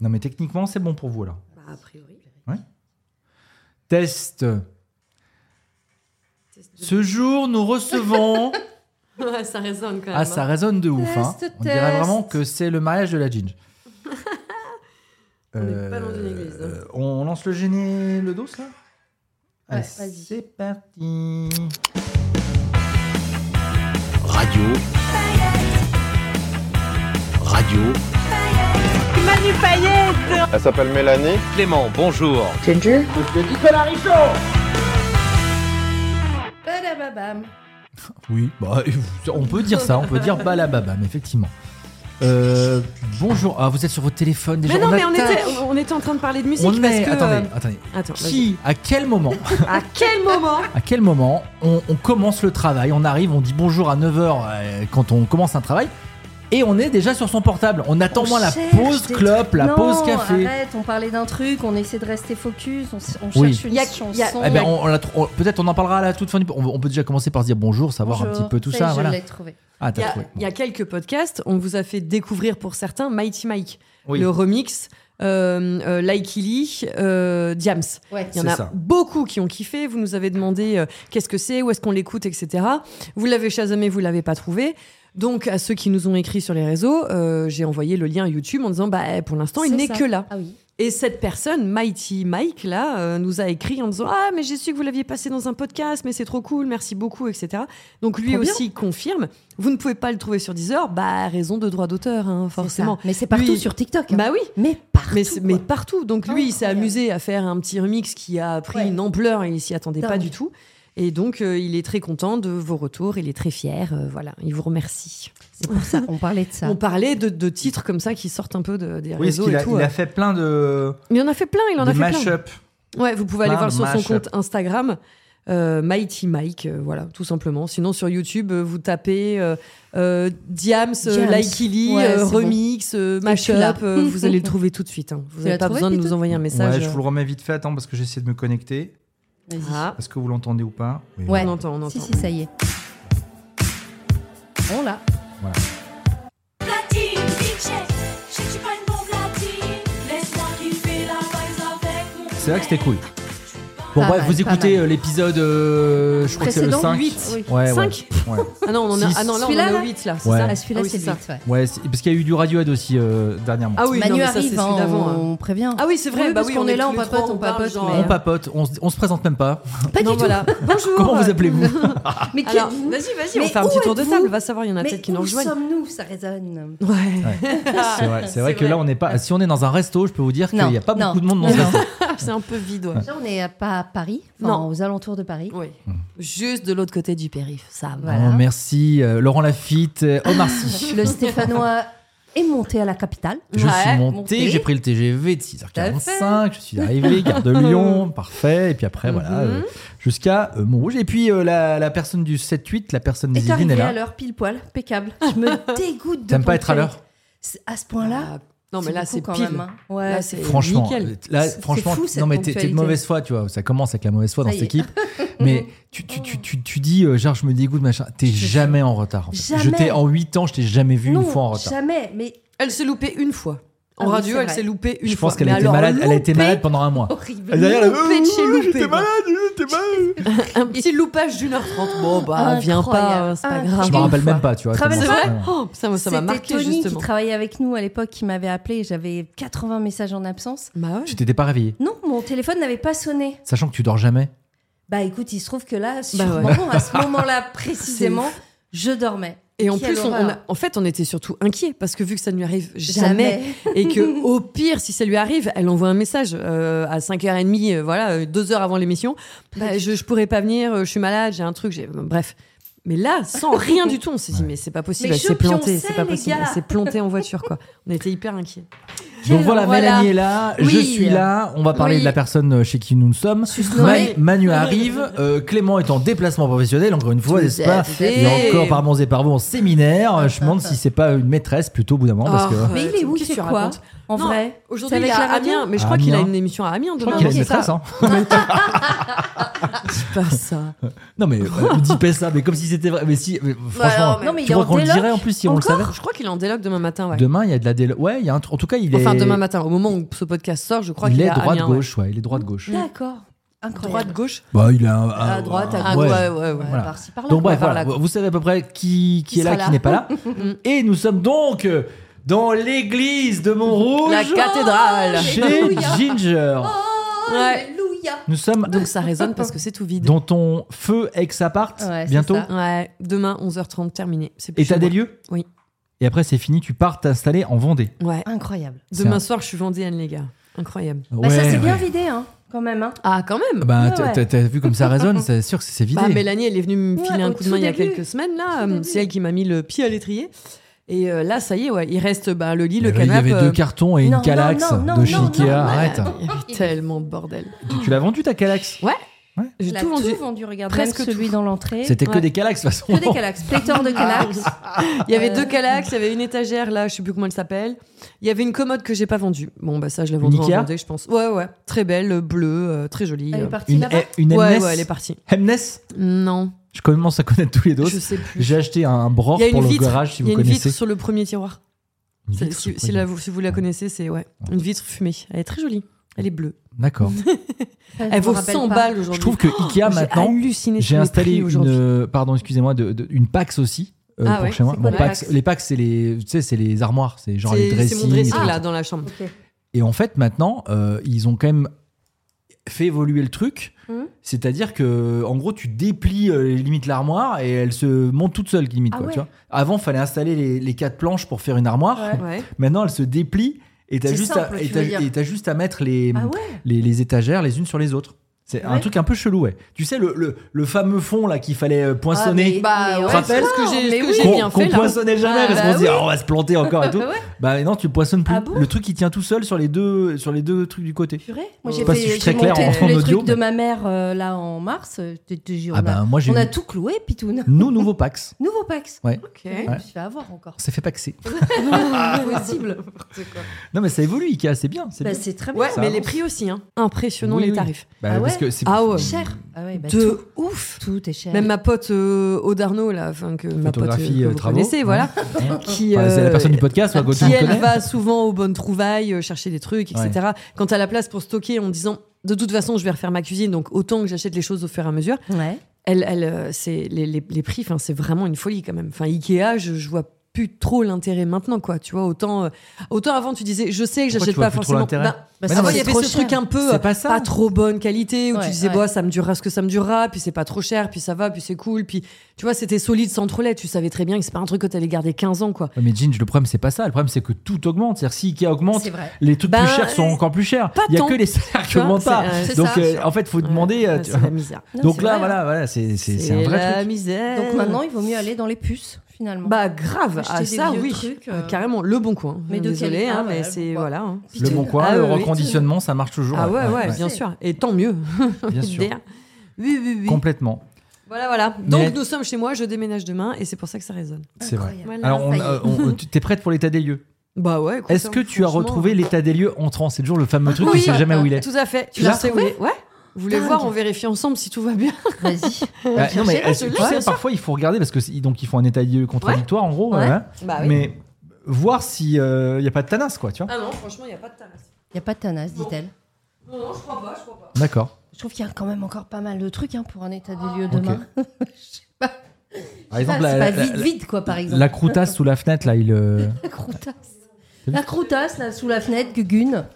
Non, mais techniquement, c'est bon pour vous, là. Bah, a priori. Test. Test de- Ce jour, nous recevons. Ouais, ça résonne quand même. ah, ça résonne de ouf. hein. Test, On dirait test. vraiment que c'est le mariage de la Ginge. On n'est pas dans une église, hein. euh, on lance le génie, le dos, là Allez, vas-y. C'est parti. Radio. Radio. Elle s'appelle Mélanie. Clément, bonjour. Badababam. Oui, bah, on peut dire ça, on peut dire balababam, effectivement. Euh, bonjour. Ah, vous êtes sur votre téléphone déjà Mais non, mais on attaque. était, on était en train de parler de musique On parce est. que. Attendez, attendez. euh, Attends, vas-y. Qui, à quel moment À quel moment À quel moment on, on commence le travail, on arrive, on dit bonjour à 9h quand on commence un travail et on est déjà sur son portable. On attend On moins la cherche pause des clope, la non, pause café. Arrête, on parlait d'un truc, on essaie de rester focus, on, s- on Oui. cherche une Y a- chanson. y a- Eh ben, on, on la tr- on- peut-être on en parlera à la toute fin du. On, on peut déjà commencer par se dire bonjour, savoir un Bonjour. petit peu tout Ça ça. y est, je voilà. l'ai trouvé. Ah, Il y, t'as a, trouvé. il y a quelques podcasts, on vous a fait découvrir pour certains Mighty Mike, Oui. le remix, euh, euh, Likey Lee, euh, Diams. Ouais. Il y en C'est a ça. beaucoup qui ont kiffé. Vous nous avez demandé euh, qu'est-ce que c'est, où est-ce qu'on l'écoute, etc. Vous l'avez chasamé, vous l'avez pas trouvé. Donc, à ceux qui nous ont écrit sur les réseaux, euh, j'ai envoyé le lien YouTube en disant bah, pour l'instant, il C'est n'est ça. que là. Ah oui. Et cette personne, Mighty Mike, là, euh, nous a écrit en disant Ah, mais j'ai su que vous l'aviez passé dans un podcast, mais c'est trop cool, merci beaucoup, etc. Donc lui Trop bien. aussi confirme Vous ne pouvez pas le trouver sur Deezer, bah, raison de droit d'auteur, hein, forcément. Mais c'est partout Lui- sur TikTok. hein. Bah oui, mais partout. mais, c'est- mais quoi. partout. Donc lui, il s'est Incroyable. amusé à faire un petit remix qui a pris Ouais. une ampleur et il s'y attendait pas Dingue. du tout. Et donc, euh, il est très content de vos retours, il est très fier. euh, voilà, il vous remercie. C'est pour ça, on parlait de ça. On parlait de, de titres comme ça qui sortent un peu de- Oui, des parce réseaux qu'il et a, tout. il a euh. hein. fait plein de, Mais il en a fait plein, il en de a fait plein. mash-up. Ouais, vous pouvez aller Plein voir de sur son mashup. compte Instagram. euh, Mighty Mike, euh, voilà, tout simplement. Sinon, sur YouTube, euh, vous tapez euh, euh, Diams, euh, Diams. Likey Lee, Ouais, euh, c'est bon. Remix, euh, puis là. Mashup, euh, vous allez le trouver tout de suite. hein. Vous Tu n'avez l'as pas trouvé, besoin de Pito nous envoyer un message. euh. Ouais, je vous le remets vite fait, attends, parce que j'essaie de me connecter. Vas-y. Ah, Est-ce que vous l'entendez ou pas Oui, Ouais. on entend, on entend. Si, si, ça y est. On l'a. Platine, DJ, je suis pas une bombe latine. Laisse-moi kiffer la vibes avec mon C'est là que c'était cool. Bon, Pas bref, mal, vous pas écoutez mal. euh, l'épisode. euh, je crois que c'est le Précédent, 5. huit. Oui. Ouais, ouais, Cinq ouais. Ah non, on en a, Six. ah non, là, on en Celui-là, a là 8 là. c'est Ouais. ça Ah, celui-là, Ah oui, c'est ça. le 8. Ouais. Ouais, c'est- parce qu'il y a eu du Radiohead aussi euh, dernièrement. Ah oui, non, Manu mais ça, c'est arrive, celui hein, d'avant, hein. on, on prévient. Ah oui, c'est vrai, Oui, bah parce oui, qu'on est là, on tous les papote, trois, on papote, genre, mais- On euh, papote, on, se- on se présente même pas. Pas non, du voilà. Bonjour. Comment vous appelez-vous tout. Mais Alors, que- vas-y, vas-y, on Mais fait un où petit tour de êtes-vous table. Va savoir, il y en a mais peut-être qui nous où rejoignent. sommes-nous Ça résonne. Ouais. C'est vrai, c'est vrai que vrai. là, on n'est pas. Si on est dans un resto, je peux vous dire qu'il Non, n'y a pas non, beaucoup de monde dans non. ce resto. C'est un peu vide, ouais. Déjà, on n'est pas à Paris, enfin, Non. aux alentours de Paris. Oui. Mm. Juste de l'autre côté du périph, ça va. Voilà. Oh, merci, euh, Laurent Lafitte, euh, Omar Sy. Le Stéphanois est monté à la capitale. Je Ouais, suis monté, monté. j'ai pris le TGV de Tout Mhm. 6h45, je suis arrivé, gare de Lyon, parfait. Et puis après, voilà, euh, jusqu'à euh, Montrouge. Et puis euh, la, la personne du 7-8, la personne est d'Isivine arrivé est à là. l'heure pile poil, impeccable. Je me dégoûte de. T'aimes pas être à ponctualité. l'heure C'est- À ce point-là. Ah, Non, mais là, beaucoup c'est quand pile. même, hein. Ouais, Là, c'est- c'est Franchement, euh, nickel. là, C'est- c'est franchement, fou, cette non mais t'es- t'es de ponctualité. mauvaise foi, tu vois. Ça commence avec la mauvaise foi Ça dans y cette est. équipe. mais tu, tu, tu, tu, tu dis, euh, genre, je me dégoûte, machin. T'es te jamais en retard. en fait. Je Jamais. t'ai en 8 ans, je t'ai jamais vu non, une fois en retard. jamais. Mais Elle s'est loupée une fois. En Ah oui, radio, c'est elle vrai. s'est loupée une Je fois. pense qu'elle Mais a été alors, malade. Elle a été loupée, malade pendant un mois. horrible. Et Ah, derrière, elle a- Loupée de chez loupée, J'étais quoi. malade, j'étais malade. Un petit loupage d'une heure trente. Bon, bah, viens pas, Incroyable. euh, c'est pas Incroyable. grave. Je Une me rappelle fois. même pas, tu vois. Te tellement- C'est rappelles vrai Ouais. Oh, ça m'a ça m'a C'était marqué, Tony justement. qui travaillait avec nous à l'époque qui m'avait appelé. J'avais 80 messages en absence. Bah ouais. Tu t'étais pas réveillé. Non, mon téléphone n'avait pas sonné. Sachant que tu dors jamais. Bah écoute, il se trouve que là, sûrement, ouais. à ce moment-là précisément, je dormais. Et en Quelle plus, on, horreur. on a- en fait, on était surtout inquiets parce que vu que ça ne lui arrive jamais, Jamais. et que au pire, si ça lui arrive, elle envoie un message euh, à 5h30, Bah, euh, voilà, euh, deux heures avant l'émission, bah, je, je pourrais pas venir, euh, je suis malade, j'ai un truc, j'ai bref. Mais là, sans rien du tout, on s'est dit, mais c'est pas possible, Mais elle s'est plantée, chopionçait, c'est pas les possible, gars. elle s'est plantée en voiture, quoi. On était hyper inquiets. Donc voilà, voilà. Mélanie est là, je Oui. suis là, on va parler Oui. de la personne euh, chez qui nous sommes. Ma- Noé. Manu arrive, euh, Clément est en déplacement professionnel, encore une fois, Tout n'est-ce à pas fait. Il est encore par bons et par bons en séminaire. Je me demande si c'est pas une maîtresse plutôt au bout d'un moment, parce que Oh, Mais il est où, qu'est-ce que c'est tu quoi racontes En Non, vrai Aujourd'hui, C'est il avec est à la radio Amiens, mais je crois qu'il a Amiens. une émission à Amiens je demain. crois qu'il a une hein. non, c'est maîtresse. ça. hein. Dis pas ça. Non mais euh, dis pas ça, mais comme si c'était vrai. Mais si, mais franchement, non, mais il tu est crois en qu'on le déloc dirait en plus si on le Encore savait. Je crois qu'il est en délogue demain matin, ouais. Demain, il y a de la délo. Ouais, il y a un tr- En tout cas, il est. Enfin, demain matin, au moment où ce podcast sort, je crois il qu'il est à Amiens, ouais. droite-gauche, ouais. Il est Mmh. droite-gauche. D'accord. Incroyable. Droite-gauche Bah, il a un- un- À droite, à Ah, ouais. gauche. ouais, ouais, ouais. Ouais, Voilà. Par-ci, par-là. Donc bref, quoi, voilà, par-là, quoi. vous savez à peu près qui, qui Qui est là, sera qui là. n'est pas là. Et nous sommes donc euh, dans l'église de Montrouge, La cathédrale chez Ginger. Oh, Ouais. Alléluia. Nous sommes Donc ça résonne parce que c'est tout vide. dans ton feu ex-appart Ouais, c'est bientôt. ça. Ouais, demain 11h30 terminé. C'est plus Et t'as chez des moi. lieux Oui. Et après, c'est fini, tu pars t'installer en Vendée. Ouais. Incroyable. Demain un- soir, je suis vendéenne les gars. Incroyable. Bah, ça Ouais, s'est bien ouais. vidé, hein, quand même. Hein. Ah quand même. Bah, Ouais, t'as- ouais. t'as- t'as vu comme ça résonne, c'est sûr que c'est vidé. Bah, Mélanie, elle est venue me filer Ouais, un au coup de main tout il y a début. quelques semaines là. Au tout Euh, début. C'est elle qui m'a mis le pied à l'étrier. Et euh, là, ça y est, ouais, il reste bah, le lit, Il le y avait- il y canapé. avait deux cartons et euh, non, une non, Calax non, non, de non, chez non, Ikea. non, Arrête. Tellement de bordel. Tu, tu l'as vendu ta Calax J'ai Il a tout vendu. regarde. Presque Presque celui dans l'entrée. C'était que Ouais. des Calax de toute façon. Que des calax. Pléthore de calax. Il y avait Euh. deux calax, il y avait une étagère là, je sais plus comment elle s'appelle. Il y avait une commode que j'ai pas vendue. Bon bah ça je la Une vendrai en Ikea Vendée, je pense. Ouais ouais, très belle, euh, bleue, euh, très jolie. Elle est Euh, partie Une, eh, là-bas. une E ouais Mnes ouais, elle est partie. Mnes Non, Je commence à connaître tous les dos. je sais plus. J'ai acheté un broc Il y a pour une le vitre. garage si Il y a vous une vitre connaissez. sur le premier tiroir. Une C'est- vitre, si, oui. si la- si vous la connaissez, c'est ouais, une vitre fumée. Elle est très jolie. Elle est bleue. D'accord. Elle vaut 100 balles Je aujourd'hui. trouve Oh, que Ikea maintenant, j'ai halluciné sur j'ai les installé prix aujourd'hui. une, pardon, excusez-moi, de- de- une Pax aussi euh, Ah pour ouais, chez moi. c'est quoi Bon, la Pax- Pax les Pax, c'est les, tu sais, c'est les armoires, c'est genre les C'est- dressings. C'est mon dressing et tout. là dans la chambre. Et en fait, maintenant, euh, ils ont quand même fait évoluer le truc. Mmh. Mhm. C'est-à-dire que, en gros, tu déplies euh, limite l'armoire et elle se monte toute seule, limite. Ah quoi, tu ouais. vois. Avant, fallait installer les, les quatre planches pour faire une armoire. Ouais. Ouais. Maintenant, elle se déplie et t'as C'est juste, simple, à, et tu t'as- veux dire. et t'as juste à mettre les, Ah ouais les, les étagères les unes sur les autres. C'est un Ouais. truc un peu chelou, ouais. Tu sais, le, le, le fameux fond là qu'il fallait euh, poinçonner. mais- Bah, ouais, ouais, rappelle ce que j'ai mais ce que oui. j'ai qu'on bien qu'on fait là. poinçonnait jamais Ah, parce bah qu'on se dit oui. Ah, on va se planter encore et tout. Ouais. bah non, tu poinçonnes plus. Ah bon le truc il tient tout seul sur les deux sur les deux trucs du côté. Purée. Je Moi, j'ai sais pas fait si je suis très j'ai monté clair en- tous en les audio, trucs de mais- ma mère euh, là en mars. Euh, je te- je- on, Ah bah moi a, j'ai on a eu tout cloué, Pitoun. nous nouveau Pax. Nouveau Pax. Ouais. Ok. Je Ouais. me suis fait avoir encore. On s'est fait paxer. Possible. Non mais ça évolue Ikea, c'est bien, c'est Bah, bien. c'est très bien. Ouais, Ça mais avance. les prix aussi, hein. impressionnant Oui, les oui. tarifs. Bah, Ah parce ouais que c'est Ah ouais. Cher. Ah ouais, bah, De tout. ouf. Tout est cher. Même ma pote euh, Odarno, là, enfin que ma pote euh, Photographie, que euh, vous travaux. connaissez, voilà, Hein qui, Enfin, c'est la euh, personne du podcast, ouais, Gauthier, qui on elle connaît. va souvent aux bonnes trouvailles euh, chercher des trucs, etc. Ouais. Quand t'as la place pour stocker en disant de toute façon je vais refaire ma cuisine, donc autant que j'achète les choses au fur et à mesure. Ouais. Elle, elle, euh, c'est les, les, les prix, enfin c'est vraiment une folie quand même. Enfin Ikea, je, je vois plus trop l'intérêt maintenant, quoi. Tu vois, autant, euh, autant avant tu disais je sais que Pourquoi j'achète tu vois pas plus trop forcément. l'intérêt Bah, Bah, Mais ça non, Avant, mais il y c'est avait trop ce cher. truc un peu C'est euh, pas ça. trop bonne qualité où Ouais, tu disais ouais. bah, ça me durera ce que ça me durera, puis c'est pas trop cher, puis ça va, puis c'est cool, puis tu vois, c'était solide sans trop lait. Tu savais très bien que c'est pas un truc que t'allais garder 15 ans, quoi. Ouais, Mais Ginge, le problème c'est pas ça. Le problème c'est que tout augmente. C'est-à-dire si Ikea augmente, C'est vrai. les trucs Ben, plus chers sont encore plus chers. pas Il y a tant. que les salaires Tu qui vois, augmentent pas. c'est- Donc c'est euh, en fait, faut Ouais, demander. euh, ouais, tu c'est vois. la misère. Non, Donc c'est là, vrai. voilà, voilà, c'est c'est- c'est un vrai la truc. misère. Euh, Donc maintenant, il vaut mieux aller dans les puces, finalement. bah grave, Acheter ah, des ça vieux oui, trucs, Ah, euh, carrément le bon coin. mais de désolé, qualité. hein, Ah, mais ouais, c'est le Bon voilà. hein. Le bon coin, Ah le oui, oui. reconditionnement, ça marche toujours. Ah ouais, ouais, bien Ouais. sûr. Et tant mieux. bien sûr. D'ailleurs. Oui, oui, oui. Complètement. Voilà, voilà. Donc Mais- nous sommes chez moi, je déménage demain et c'est pour ça que ça résonne. C'est vrai. Incroyable. Voilà, Alors, on, ça y est. euh, on- euh, tu- t'es prête pour l'état des lieux Bah ouais. écoute, Est-ce hein, que tu as franchement, Ah euh, retrouvé l'état des lieux entrant C'est toujours le fameux truc, Oui. tu sais jamais où il est. Tout à fait. Tu l'as Je sais où il est. Ouais. Vous voulez Dingue. voir, on vérifie ensemble si tout va bien. Vas-y. Euh, non, mais chercher, est-ce- je tu l'ai, sais, bien sûr. parfois il faut regarder parce que c'est- donc ils font un état des lieux contradictoire en gros. Ouais. hein. Bah Mais voir s'il n'y a pas de tanas, quoi, tu vois. Ah non, franchement, il n'y a pas de tabasse. Il n'y a pas de tanas, dit-elle. Non, non, je crois pas, je crois pas. D'accord. Je trouve qu'il y a quand même encore pas mal de trucs hein, pour un état des lieux Ok. demain. Par Ah, exemple, c'est la, pas la- vide, la- vide, quoi, par exemple. la croutasse sous la fenêtre, là, il. euh, La croutasse. La croutasse, là, sous la fenêtre, Gugun.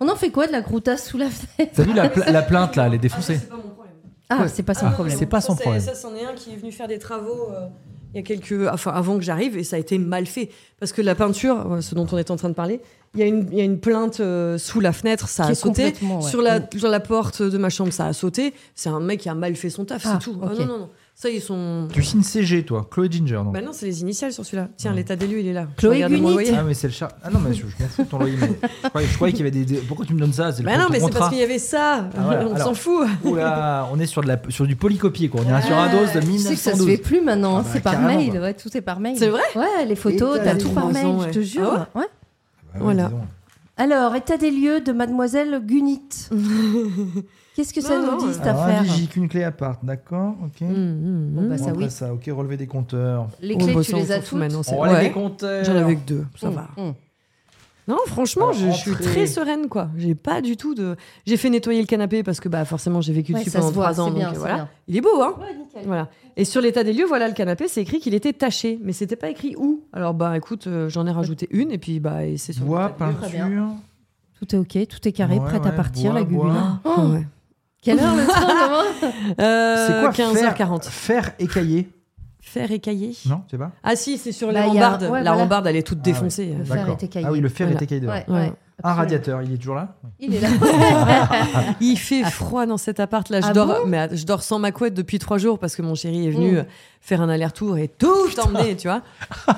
On en fait quoi de la croutasse sous la fenêtre T'as vu la, pla- la plainte, là, elle est défoncée. pas mon problème. Ah, c'est pas son problème. C'est pas son Ça, c'est- problème. Ça, c'en est un qui est venu faire des travaux euh, il y a quelques. Enfin, avant que j'arrive, et ça a été mal fait. Parce que la peinture, euh, ce dont on est en train de parler, il y, a une- il y a une plainte euh, sous la fenêtre, ça Qui a est sauté. complètement, ouais. Mm. Sur, la, sur la porte de ma chambre, ça a sauté. C'est un mec qui a mal fait son taf, Ah, c'est tout. ok. Ah non, non, non. Ça, ils sont. Tu signes CG, toi, Chloé Ginger. Donc. Bah non, c'est les initiales sur celui-là. Tiens, Ouais. l'état des lieux, il est là. Mm. Chloé Regarde mon Gunit. loyer. Ah, mais c'est le chat. Ah non, mais je, je m'en fous de ton loyer. Mais je croyais, je croyais qu'il y avait des, des- Pourquoi tu me donnes ça C'est le Bah non, ton mais c'est parce contrat. qu'il y avait ça. Ah, voilà. On Alors, s'en fout. Oula, on est sur, de la, sur du polycopié, quoi. On est sur un dos de Ah, Tu sais que ça se fait 1912. plus maintenant, hein, Ah bah, c'est par carrément, mail, quoi. ouais, tout est par mail. C'est vrai Ouais, les photos, Et t'as t'as tout des par mail, raisons, je te ouais. jure. ouais. Ah ouais, Voilà. dis donc. Alors, état des lieux de Mademoiselle Gunit. Qu'est-ce que ça Non, nous non, dit cette Alors, un affaire vigie, qu'une clé à part, d'accord, ok. Mmh, Bon, mmh. bah, Bon, ça, après oui. ça, ok, relever des compteurs. Les Oh, clés, bah, tu ça, on les as s'en fout toutes maintenant, c'est- On relève Ouais. des compteurs. J'en avais que deux, ça Mmh, va. mmh. Non, franchement, Alors, je, je suis rentrez. très sereine, quoi. J'ai pas du tout de. J'ai fait nettoyer le canapé parce que, bah, forcément, j'ai vécu Ouais, dessus ça se pendant voit, trois ans. c'est donc, bien, euh, c'est voilà. bien. Il est beau, hein Ouais, nickel. Voilà. Et sur l'état des lieux, voilà le canapé, c'est écrit qu'il était taché, mais c'était pas écrit où. Alors bah écoute, euh, j'en ai rajouté une et puis bah et c'est sur. Bois, très bien. peinture. Tout est ok, tout est carré, Ouais, prête à ouais, partir, bois, la bois. Gugune. Ah, ouais. Quelle heure le train Euh, Oh. C'est quoi 15h40. Faire, faire écailler Fer écaillé. Non, c'est pas Ah si, c'est sur les Bah, y a- rambardes. ouais, La voilà. rambarde, elle est toute Ah, défoncée. euh, Le fer D'accord. est écaillé. Ah oui, le fer Voilà. est écaillé dehors. Ouais, Ouais. ouais, Un absolument. radiateur, il est toujours là Il est là. Il fait froid dans cet appart là. Je Ah dors, bon mais je dors sans ma couette depuis trois jours parce que mon chéri est venu Mm. euh, faire un aller-retour et tout emmener, tu vois.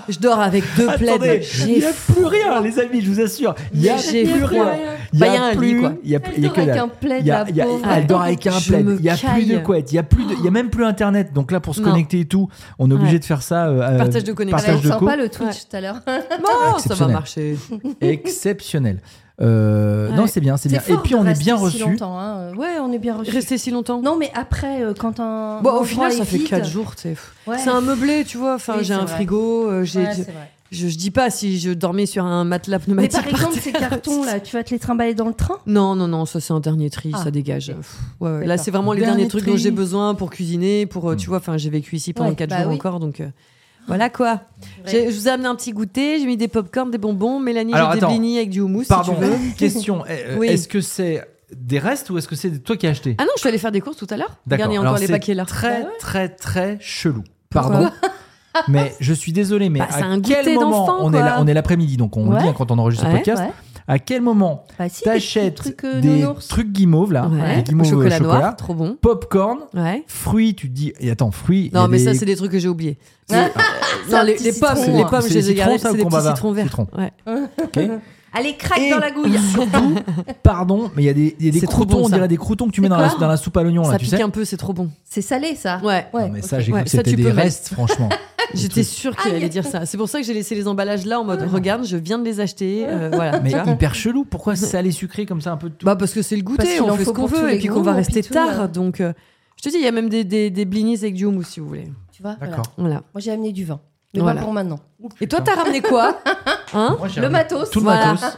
Je dors avec deux plaids. Attendez, il n'y a plus rien, les amis, je vous assure. Il n'y a J'ai plus plus rien. Il Bah, il y a un lit, quoi. Il y a plus- il y a que avec dalle. un plaid, Il y a- la il y a- pauvre. elle dort avec un Je plaid. me Il y a plus caille. de couette. Il y a plus de- il y a même plus internet. Donc là, pour se Non. connecter et tout, on est obligé Ouais. de faire ça. euh, euh, Partage de connexion. Ah bah, Partage on de sent co. pas le Twitch tout à l'heure. Bon, ça va Exceptionnel. marcher. Exceptionnel. Euh, Ouais. Non, c'est bien, c'est bien. C'est Et fort puis de on est rester bien si reçu. longtemps, hein. Ouais, on est bien reçu. Rester si longtemps. Non, mais après, euh, quand un. Bon, un au final, endroit ça est fait vide, 4 jours, tu sais. ouais. C'est un meublé, tu vois. Enfin, Oui, j'ai c'est un vrai. frigo. euh, j'ai- Ouais, c'est vrai. je, je dis pas si je dormais sur un matelas Mais pneumatique. par par exemple, terre. ces cartons-là, tu vas te les trimballer dans le train Non, non, non, ça c'est un dernier tri, Ah, ça dégage. ok. Pff, ouais, ouais. Là, D'accord. c'est vraiment les Dernier derniers trucs dont tri. j'ai besoin pour cuisiner, pour, Hmm. euh, tu vois, enfin, j'ai vécu ici pendant Ouais, 4 bah jours oui. encore, donc euh, voilà quoi. J'ai- Je vous ai amené un petit goûter, j'ai mis des popcorns, des bonbons, Mélanie, Alors, j'ai des attends. blinis avec du houmous. si Pardon, tu veux. question. eh, euh, Oui. Est-ce que c'est des restes ou est-ce que c'est toi qui as acheté Ah non, je suis allée faire des courses tout à l'heure. D'accord. Regardez Alors, encore les c'est paquets là. Très, très, très chelou. Pourquoi Pardon. Mais je suis désolé, mais Bah, c'est à un goûter quel moment d'enfant, on est quoi. là, on est l'après-midi, donc on Ouais. le dit hein, quand on enregistre Ouais, le podcast. ouais. À quel moment Bah si, t'achètes des petits trucs, euh, des nounours. trucs guimauves là, Ouais. des Au guimauves euh, chocolat chocolat, noir, trop bon. popcorn, Ouais. fruits. Tu te dis, et attends, fruits. il y Non, a mais des- ça, c'est des trucs que j'ai oubliés. Ouais. Euh, non, un les, petit les pommes, citron, les hein. pommes, C'est je des les ai citrons, garées. ça, ou C'est des qu'on va petits voir citrons verts. Citrons. Ouais. ok Allez, craque Et dans la gouille surtout, pardon, mais il y a des, il y a des C'est trop croutons, bon, on ça. dirait des croutons que tu mets C'est dans la, quoi dans la soupe à l'oignon, là, Ça tu pique sais. un peu, c'est trop bon. C'est salé, ça Ouais. Ouais. Non, mais ça, ok. j'ai Ouais, cru que ça, c'était tu des peux mettre. restes, franchement. J'étais truc. sûre qu'il Aïe. allait dire ça. C'est pour ça que j'ai laissé les emballages là en mode regarde, je viens de les acheter. euh, voilà. Mais tu vois. hyper chelou, pourquoi salé sucré comme ça, un peu de tout Bah parce que c'est le Parce goûter, qu'il on en fait ce faut qu'on pour tous veut et les puis qu'on va goûts, et puis rester tout, tard. euh. Donc euh, je te dis, il y a même des, des, des blinis avec du houmous si vous voulez. Tu vois voilà. D'accord. Voilà. Moi, j'ai amené du vin. Mais Voilà. pas pour maintenant. euh, Et toi, t'as ramené quoi Hein Moi, j'ai Le ramené matos. Tout le Voilà. matos.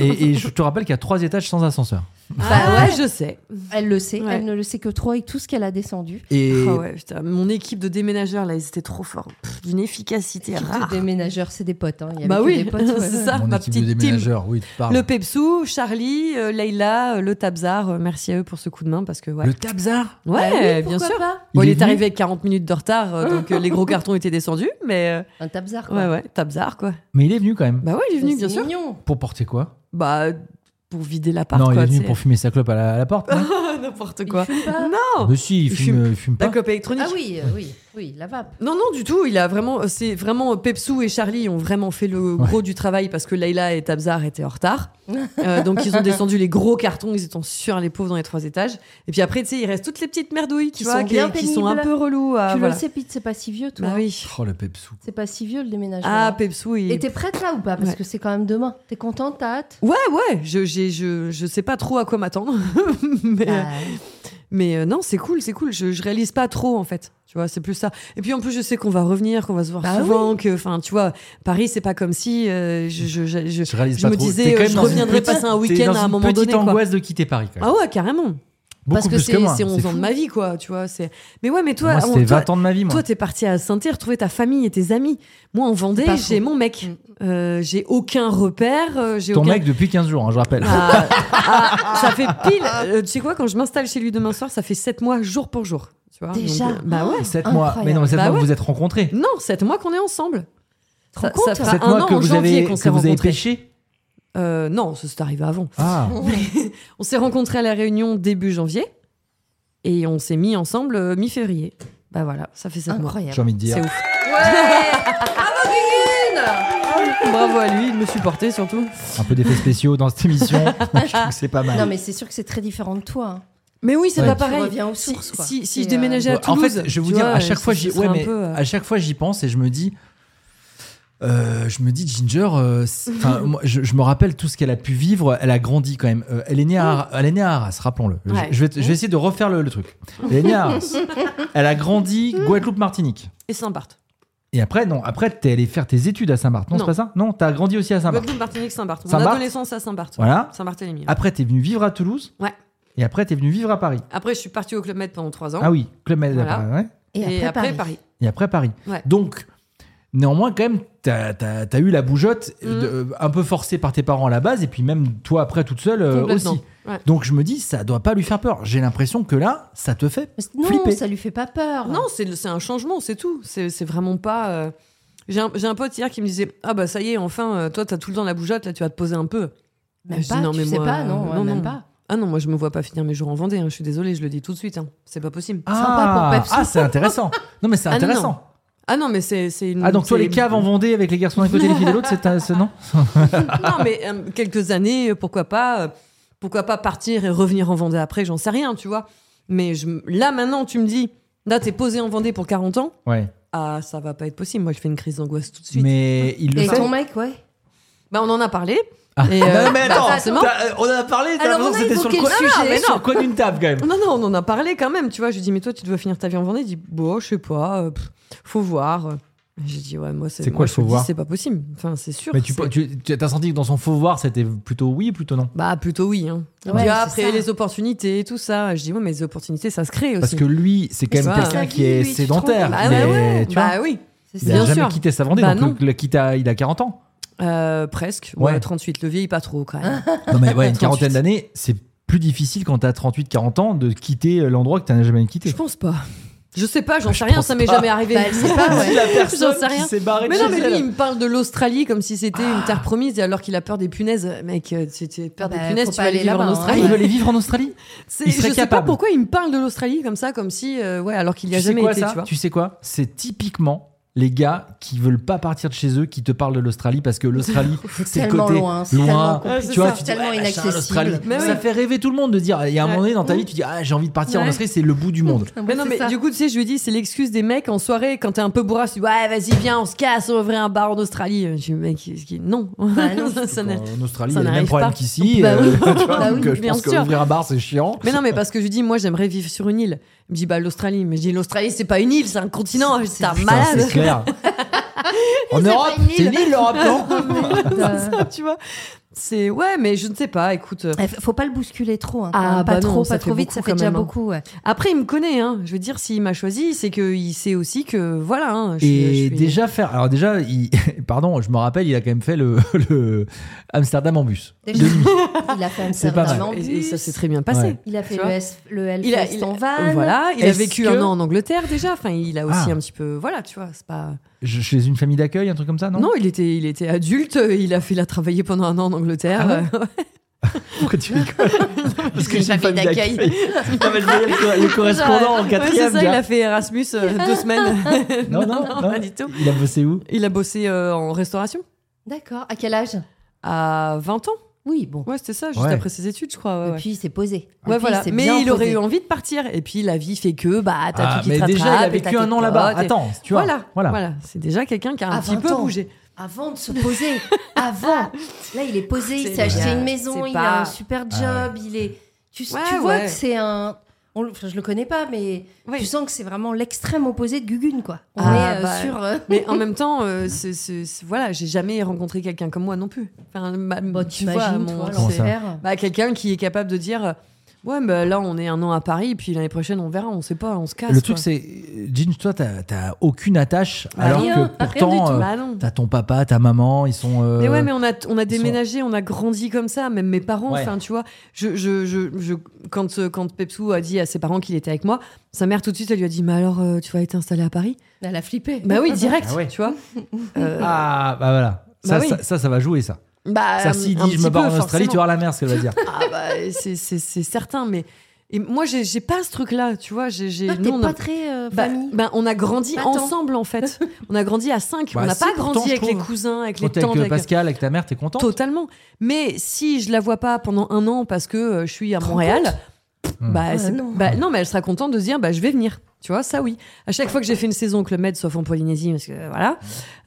Et, et je te rappelle qu'il y a trois étages sans ascenseur. Bah ouais, je sais. Elle le sait. Ouais. Elle ne le sait que trop avec tout ce qu'elle a descendu. Et Ah ouais, putain, mon équipe de déménageurs là, ils étaient trop forts. Pff, D'une efficacité rare. Des ménageurs, c'est des potes. Hein. Il y avait Bah que oui, des potes, ouais. c'est ça, ma petite team. oui, tu parles. Ah. Le Pepsou, Charlie, euh, Leïla, euh, le Tabzar, euh, merci à eux pour ce coup de main parce que ouais. Le Tabzar Ouais, Bah oui, bien pourquoi sûr. pas Bon, il Il est est, venu arrivé avec 40 minutes de retard, euh, donc euh, les gros cartons étaient descendus, mais Un tabzar, euh, quoi. ouais, ouais, Tabzar quoi. Mais il est venu quand même. Bah ouais, il est venu, Mais bien c'est sûr. mignon. Pour porter quoi Bah, pour vider l'appart Non, quoi. il est venu tu pour fumer sa clope à la, à la porte. non sais. N'importe quoi. Il fume pas. Non Mais si, il Il fume, il fume La pas. copie électronique. Ah oui, euh, oui, oui, la vape. Non, non, du tout. Il a vraiment, c'est vraiment euh, Pepsou et Charlie ont vraiment fait le gros du travail parce que Layla et Tabzar étaient en retard. Euh, donc ils ont descendu les gros cartons. Ils étaient sûrs les pauvres dans les trois étages. Et puis après, tu sais, il reste toutes les petites merdouilles Qui tu vois, sont bien qui sont un pénibles. peu relous. À, tu Ah, voilà. le sais, Pete, c'est pas si vieux, toi. Bah oui. Oh, le Pepsou. C'est pas si vieux le déménagement. Ah, Pepsou, il... Et t'es prête là ou pas Parce Ouais. que c'est quand même demain. T'es contente, t'as hâte Ouais, ouais, je, j'ai- je, je sais pas trop à quoi m'attendre. mais Bah, mais euh, non, c'est cool, c'est cool. Je, je réalise pas trop, en fait. Tu vois, c'est plus ça. Et puis en plus, je sais qu'on va revenir, qu'on va se voir Bah souvent, que, enfin, tu vois, Paris, c'est pas comme si euh, je, je, je, je- Je réalise je pas me trop. disais, T'es quand euh, même je dans une reviendrai petite- passer un t'es week-end dans à un une moment donné. Petite quoi. angoisse de quitter Paris quand même. Ah ouais, carrément. Beaucoup Parce que plus c'est que moi. c'est hein, 11 ans fou. de ma vie, quoi, tu vois. c'est Mais ouais, mais toi, Moi, on- c'était toi, 20 ans de ma vie, moi. toi, t'es parti à Saint-Cyr trouver ta famille et tes amis. Moi, en pas Mm. Vendée, faux. j'ai mon mec. Euh, j'ai aucun repère. euh, j'ai Ton aucun... mec depuis 15 jours, hein, je rappelle. Ah, ah, ça fait pile. euh, tu sais quoi, quand je m'installe chez lui demain soir, ça fait 7 mois jour pour jour. Tu vois, Déjà donc, euh, Bah ouais. 7 mois. Incroyable. Mais non, 7 Bah mois que ouais. vous êtes rencontrés. Non, 7 mois qu'on est ensemble. te Ça, rends compte ça fera 7 un mois an que en vous janvier avez, qu'on que s'est vous avez rencontrés. pêché. Euh, non, ça c'est arrivé avant. Ah, On s'est rencontrés à la Réunion début janvier et on s'est mis ensemble euh, mi-février. Bah voilà, ça fait 7 J'ai Incroyable. envie de dire. mois. C'est ouf. Bravo Gugune Bravo à lui, il me supportait surtout. Un peu d'effets spéciaux dans cette émission. je trouve que c'est pas mal. Non, mais c'est sûr que c'est très différent de toi. hein. Mais oui, c'est Ouais. pas Tu pareil. reviens aux Si- sources, quoi. Si, si, C'est, je déménageais Ouais, à Toulouse. En fait, je vais vous tu dire, vois, à chaque ce- fois, ce j'y, serait ouais, un mais peu, euh, à chaque fois, j'y pense et je me dis, euh, je me dis, Ginger, euh, c'est- enfin, moi, je, je me rappelle tout ce qu'elle a pu vivre. Elle a grandi quand même. Euh, elle est née à, Ar- elle est née à Arras, rappelons-le. Je- Ouais. Je, vais, te- je vais essayer de refaire le, le truc. Elle est née à Arras. elle a grandi Guadeloupe-Martinique. Et Saint-Barth. Et après, non, après, t'es allé faire tes études à Saint-Barth. Non, Non. c'est pas ça Non, t'as grandi aussi à Saint-Barth. Guadeloupe, Martinique, Saint-Barth. Mon Saint-Barth adolescence à Saint-Barth. Voilà. Saint-Barthélemy. ouais. Après, t'es venu vivre à Toulouse. Ouais. Et après, t'es venu vivre à Paris. Après, je suis partie au Club Med pendant 3 ans. Ah oui, Club Med à Oh. Paris, Voilà. ouais. Et après, Et après, Paris. Paris. et après Paris. Ouais. Donc, néanmoins, quand même, t'as as, eu la bougeotte Mhm. euh, de- un peu forcée par tes parents à la base, et puis même toi après toute seule euh, Complètement. aussi. Ouais. Donc je me dis, ça doit pas lui faire peur. J'ai l'impression que là, ça te fait. Mais c'est- Non, Flipper. ça lui fait pas peur. Non, c'est c'est un changement, c'est tout. C'est c'est vraiment pas. euh, J'ai un, j'ai un pote hier qui me disait Ah bah ça y est, enfin, euh, toi t'as tout le temps la bougeotte, là tu vas te poser un peu. Bah, même Je dis, pas. Non, tu mais sais moi, pas, non, euh, ouais, non, même non. pas. Ah non, moi je me vois pas finir mes jours en Vendée, hein. je suis désolée, je le dis tout de suite, hein. c'est pas possible. Sympa pour Pepsi. ah, c'est intéressant. Non, mais c'est Ah, non, non. intéressant. Ah non, mais c'est c'est une. Ah, donc toi, c'est- les caves en Vendée avec les garçons d'un côté et les filles de l'autre, c'est un- c'est- non Non, mais euh, quelques années, euh, pourquoi pas euh, Pourquoi pas partir et revenir en Vendée après J'en sais rien, tu vois. Mais je, m- là maintenant, tu me dis Là t'es posé en Vendée pour 40 ans Ouais. Ah, ça va pas être possible, moi je fais une crise d'angoisse tout de suite. Mais il le Et fait. ton mec, ouais. Bah on en a parlé. Ah. Et, Non, euh, mais bah, attends, forcément. t'as- euh, on en a parlé, t'as Alors, l'impression on que a c'était sur le évoqué coin- le sur sujet. le coin d'une table quand même. Non, non, on en a parlé quand même, tu vois. Je lui dis, mais toi, tu dois finir ta vie en Vendée. Il dit, bon, je sais pas, euh, pff, faut voir. J'ai dit, ouais, moi, c'est C'est quoi moi, le je faut te dis, voir C'est pas possible. Enfin, c'est sûr. Mais tu, c'est- tu, tu as senti que dans son faux voir, c'était plutôt oui, plutôt non Bah, plutôt oui. Hein. Tu Ouais, vois, c'est après, ça. les opportunités et tout ça. Je dis, ouais, mais les opportunités, ça se crée aussi. Parce que lui, c'est quand Mais même c'est quelqu'un sa qui vie, est lui, tu te sédentaire. rends Bah, il ouais, est- ouais. tu vois, bah oui, C'est il ça. a bien jamais sûr. quitté sa Vendée, Bah, non. donc le, le quitte à, il a 40 ans. Euh, presque. Ouais. Ouais. Ah. 38, le vieil pas trop quand même. Non mais ouais, une 38. quarantaine d'années, c'est plus difficile quand t'as 38-40 ans de quitter l'endroit que t'as jamais quitté. je pense pas. Je sais pas, j'en Bah, je sais rien, pense ça m'est pas. jamais arrivé. Bah, elle sait pas, ouais. la J'en sais rien. s'est barrée Mais non, mais chez lui, il elle. me parle de l'Australie comme si c'était une terre promise, et alors qu'il a peur des punaises. Mec, euh, tu tu- peur des Bah, punaises, faut tu pas vas aller aller vivre en là-bas, hein. Ah, Australie. il veut aller vivre en Australie C'est- Il Je serait sais pas capable. pourquoi il me parle de l'Australie comme ça, comme si, euh, ouais, alors qu'il n'y a Tu sais jamais quoi été, ça tu vois. Tu sais quoi C'est typiquement les gars qui veulent pas partir de chez eux qui te parlent de l'Australie parce que l'Australie c'est le tellement côté loin, c'est tellement compliqué, tu vois c'est tu dis, tellement ouais, machin, inaccessible. l'Australie. Mais ça oui. fait rêver tout le monde de dire il y a un Ouais. moment donné dans ta vie tu dis ah j'ai envie de partir en Ouais. Australie c'est le bout du monde Ah, Mais ouais, non, c'est mais ça. du coup, tu sais, je lui dis, c'est l'excuse des mecs en soirée quand t'es un peu bourrasse, tu dis, ouais, vas-y, viens, on se casse, on ouvrait un bar en Australie. Je dis, mec, qu'est-ce qui- non. Bah, non, Ça n'a- en Australie, ça il y a les n'arrive mêmes problèmes pas. qu'ici. euh, Bah oui. tu vois, Bah donc, oui, je bien pense sûr. qu'ouvrir un bar, c'est chiant. mais non, mais parce que je lui dis, moi, j'aimerais vivre sur une île. Il me dit, bah, l'Australie. Mais je dis, l'Australie, c'est pas une île, c'est un continent. J'étais un Putain, malade. C'est clair. en Europe, pas une c'est île. une île, l'Europe, non Euh, tu vois. C'est, ouais, mais je ne sais pas, écoute. euh, eh, Faut pas le bousculer trop. hein, quand Ah, même. pas bah non, trop, ça pas fait trop vite, beaucoup ça fait quand déjà même, hein. beaucoup. ouais. Après, il me connaît, hein. Je veux dire, s'il m'a choisi, c'est qu'il sait aussi que, voilà, hein, je suis- je Et suis- déjà faire. Alors, déjà, il- pardon, je me rappelle, il a quand même fait le, le Amsterdam en bus. Déjà, Il a fait C'est pas Amsterdam en Et, et ça bus, s'est très bien passé. Ouais. Il a fait Tu le vois S- le Il a, Hellfest il- en van. voilà, il a Est-ce vécu que- un an en Angleterre déjà. Enfin, il a aussi Ah. un petit peu, voilà, tu vois, c'est pas. Je- chez une famille d'accueil, un truc comme ça, non Non, il était, il était adulte. euh, Il a fait, il a travaillé pendant un an en Ah Angleterre. euh, Pourquoi tu rigoles Parce que j'ai une famille d'accueil. Non, mais je voyais le, co- le Genre, correspondant en ouais, quatrième. c'est ça, il gars. a fait Erasmus euh, deux semaines. Non, non, non. pas du tout. Il a bossé où Il a bossé euh, en restauration D'accord. À quel âge à 20 ans. Oui, bon. Ouais, c'était ça, juste Ouais. après ses études, je crois. ouais, ouais. Et puis il s'est posé. Ouais, voilà. Mais il aurait eu envie de partir. Et puis la vie fait que, bah, t'as Ah, tout qui mais te déjà, il rattrape a et vécu t'as un tes an là-bas. potes et- Attends, tu vois. Voilà, voilà. C'est déjà quelqu'un qui a un À petit 20 peu ans. bougé. Avant de se poser. Avant. Là, il est posé, il C'est s'est acheté bien. une maison, C'est il pas- a un super job, Ah il est. Tu, tu Ouais, vois ouais. que c'est un. on le- enfin, je le connais pas, mais Ouais. tu sens que c'est vraiment l'extrême opposé de Gugune, quoi. On Ah, est euh, bah, sur. euh, Mais en même temps, euh, c'est- c'est- c'est- voilà, j'ai jamais rencontré quelqu'un comme moi non plus. Enfin, ma- Bah, tu vois, t'imagines, mon- toi, Comment ça l'enfer. bah, quelqu'un qui est capable de dire, euh, ouais, bah, là, on est un an à Paris, puis l'année prochaine, on verra, on sait pas, on se casse. Le truc, quoi. c'est. Jean, toi, t'as t'as aucune attache, Bah, alors rien, que Rien du tout. pourtant, euh, Bah, non. t'as ton papa, ta maman, ils sont. euh, Mais ouais, mais on a, on a ils sont- déménagé, on a grandi comme ça, même mes parents, Ouais. enfin, tu vois. Je, je, je, je- quand, euh, quand Pepsou a dit à ses parents qu'il était avec moi, sa mère tout de suite, elle lui a dit, mais alors, euh, tu vas être installé à Paris Elle a flippé. Bah oui, direct, Ah ouais. tu vois. Euh, Ah, bah voilà. Ça, Bah oui. ça, ça, ça va jouer, ça. bah, ça, s'il un dit je me petit barre peu, en Australie, forcément. tu vas voir la mer, ce qu'elle va dire. Ah bah, c'est- c'est c'est certain, mais Et moi, j'ai j'ai pas ce truc-là, tu vois. J'ai, j'ai- Toi, nous, t'es on a- pas très euh, bah, famille. bah, on a grandi Pas tant. ensemble, en fait. On a grandi à 5. Bah, on n'a si, pas pourtant, grandi je avec les trouve. cousins, avec les Quand t'es tantes. avec euh, avec- Pascal, avec ta mère, t'es contente Totalement. Mais si je la vois pas pendant un an parce que euh, je suis à rends Montréal, Hmm. bah, Ouais, c'est- non. bah, non, mais elle sera contente de se dire bah, je vais venir. Tu vois, ça oui. À chaque fois que j'ai fait une saison avec le Med, sauf en Polynésie, parce que euh, voilà,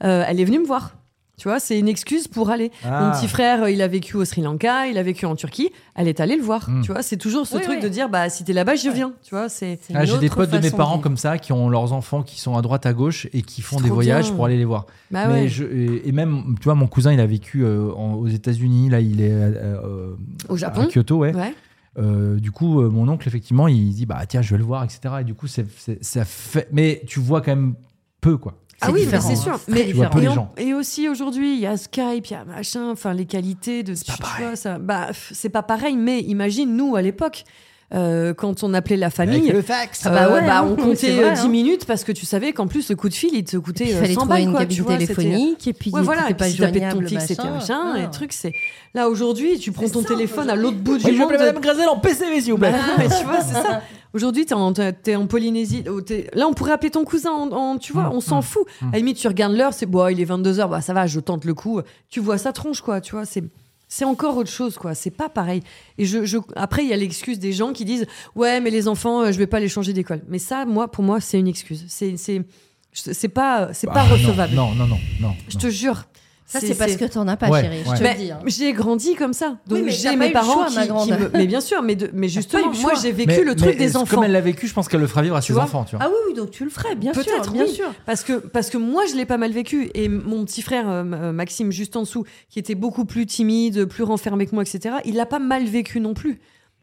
euh, elle est venue me voir. Tu vois, c'est une excuse pour aller. Ah. Mon petit frère, euh, il a vécu au Sri Lanka, il a vécu en Turquie, elle est allée le voir. Hmm. Tu vois, c'est toujours ce Oui, truc oui. de dire bah si t'es là-bas, je viens. Tu vois, c'est C'est Ah, une J'ai des autre potes de mes façon parents vivre. comme ça qui ont leurs enfants qui sont à droite à gauche et qui font C'est des trop voyages bien. pour aller les voir. bah Mais ouais. je- et, et même, tu vois, mon cousin, il a vécu euh, en- aux États-Unis. Là, il est euh, euh, Au à Japon. Kyoto, ouais. Ouais. Euh, du coup, euh, mon oncle, effectivement, il dit bah tiens, je vais le voir, etc. Et du coup, c'est- c'est- ça fait. Mais tu vois quand même peu, quoi. Ah C'est oui, mais différent, c'est hein. sûr. C'est Mais différent. Tu vois pas et, les en- gens. et aussi aujourd'hui, il y a Skype, il y a machin, enfin les qualités de. tu- tu vois, ça, bah, pff, c'est pas pareil, mais imagine nous à l'époque, euh, quand on appelait la famille. Avec le fax. euh, Ah bah ouais, hein, on c'est comptait vrai, euh, 10 hein. minutes parce que tu savais qu'en plus le coup de fil il te coûtait Il euh, fallait 100 trouver balles une quoi, cabine tu vois, c'était- téléphonique et puis Ouais, voilà, t'étais et pas puis si tapais ton joignable, fixe, c'était machin. Et Ah. le truc, c'est. Là, aujourd'hui, tu prends ton téléphone à l'autre bout du Oui, je monde. m'appelle Madame Grazel en PCV, s'il vous plaît. Bah, mais tu vois, c'est ça. Aujourd'hui, t'es en, t'es- t'es en Polynésie. oh, t'es- Là, on pourrait appeler ton cousin. en- en- tu vois, Mm, on s'en fout. À la limite, tu regardes l'heure, c'est bon, il est 22h, bah, ça va, je tente le coup. Tu vois sa tronche, quoi. Tu vois, c'est. C'est encore autre chose, quoi. C'est pas pareil. Et je, je- après, il y a l'excuse des gens qui disent ouais, mais les enfants, euh, je vais pas les changer d'école. Mais ça, moi, pour moi, c'est une excuse. C'est, c'est, c'est pas, c'est Bah, pas non, recevable. Non, non, non, non. Je non. te jure. Ça, c'est parce que t'en as pas, Ouais, chérie, ouais. je te Mais le dis. hein. J'ai grandi comme ça. Donc Oui, mais j'ai t'as pas eu mes le parents choix, qui, ma qui grande. me- Mais bien sûr, mais, de- mais pas eu justement, le moi choix. j'ai vécu Mais- le truc mais des enfants. Comme elle l'a vécu, je pense qu'elle le fera vivre à ses vois enfants, tu vois. Ah oui, oui, donc tu le ferais, bien sûr. Peut-être, bien oui. sûr. Parce que, parce que moi, je l'ai pas mal vécu. Et mon petit frère, euh, M- euh, Maxime, juste en dessous, qui était beaucoup plus timide, plus renfermé que moi, etc., il l'a pas mal vécu non plus.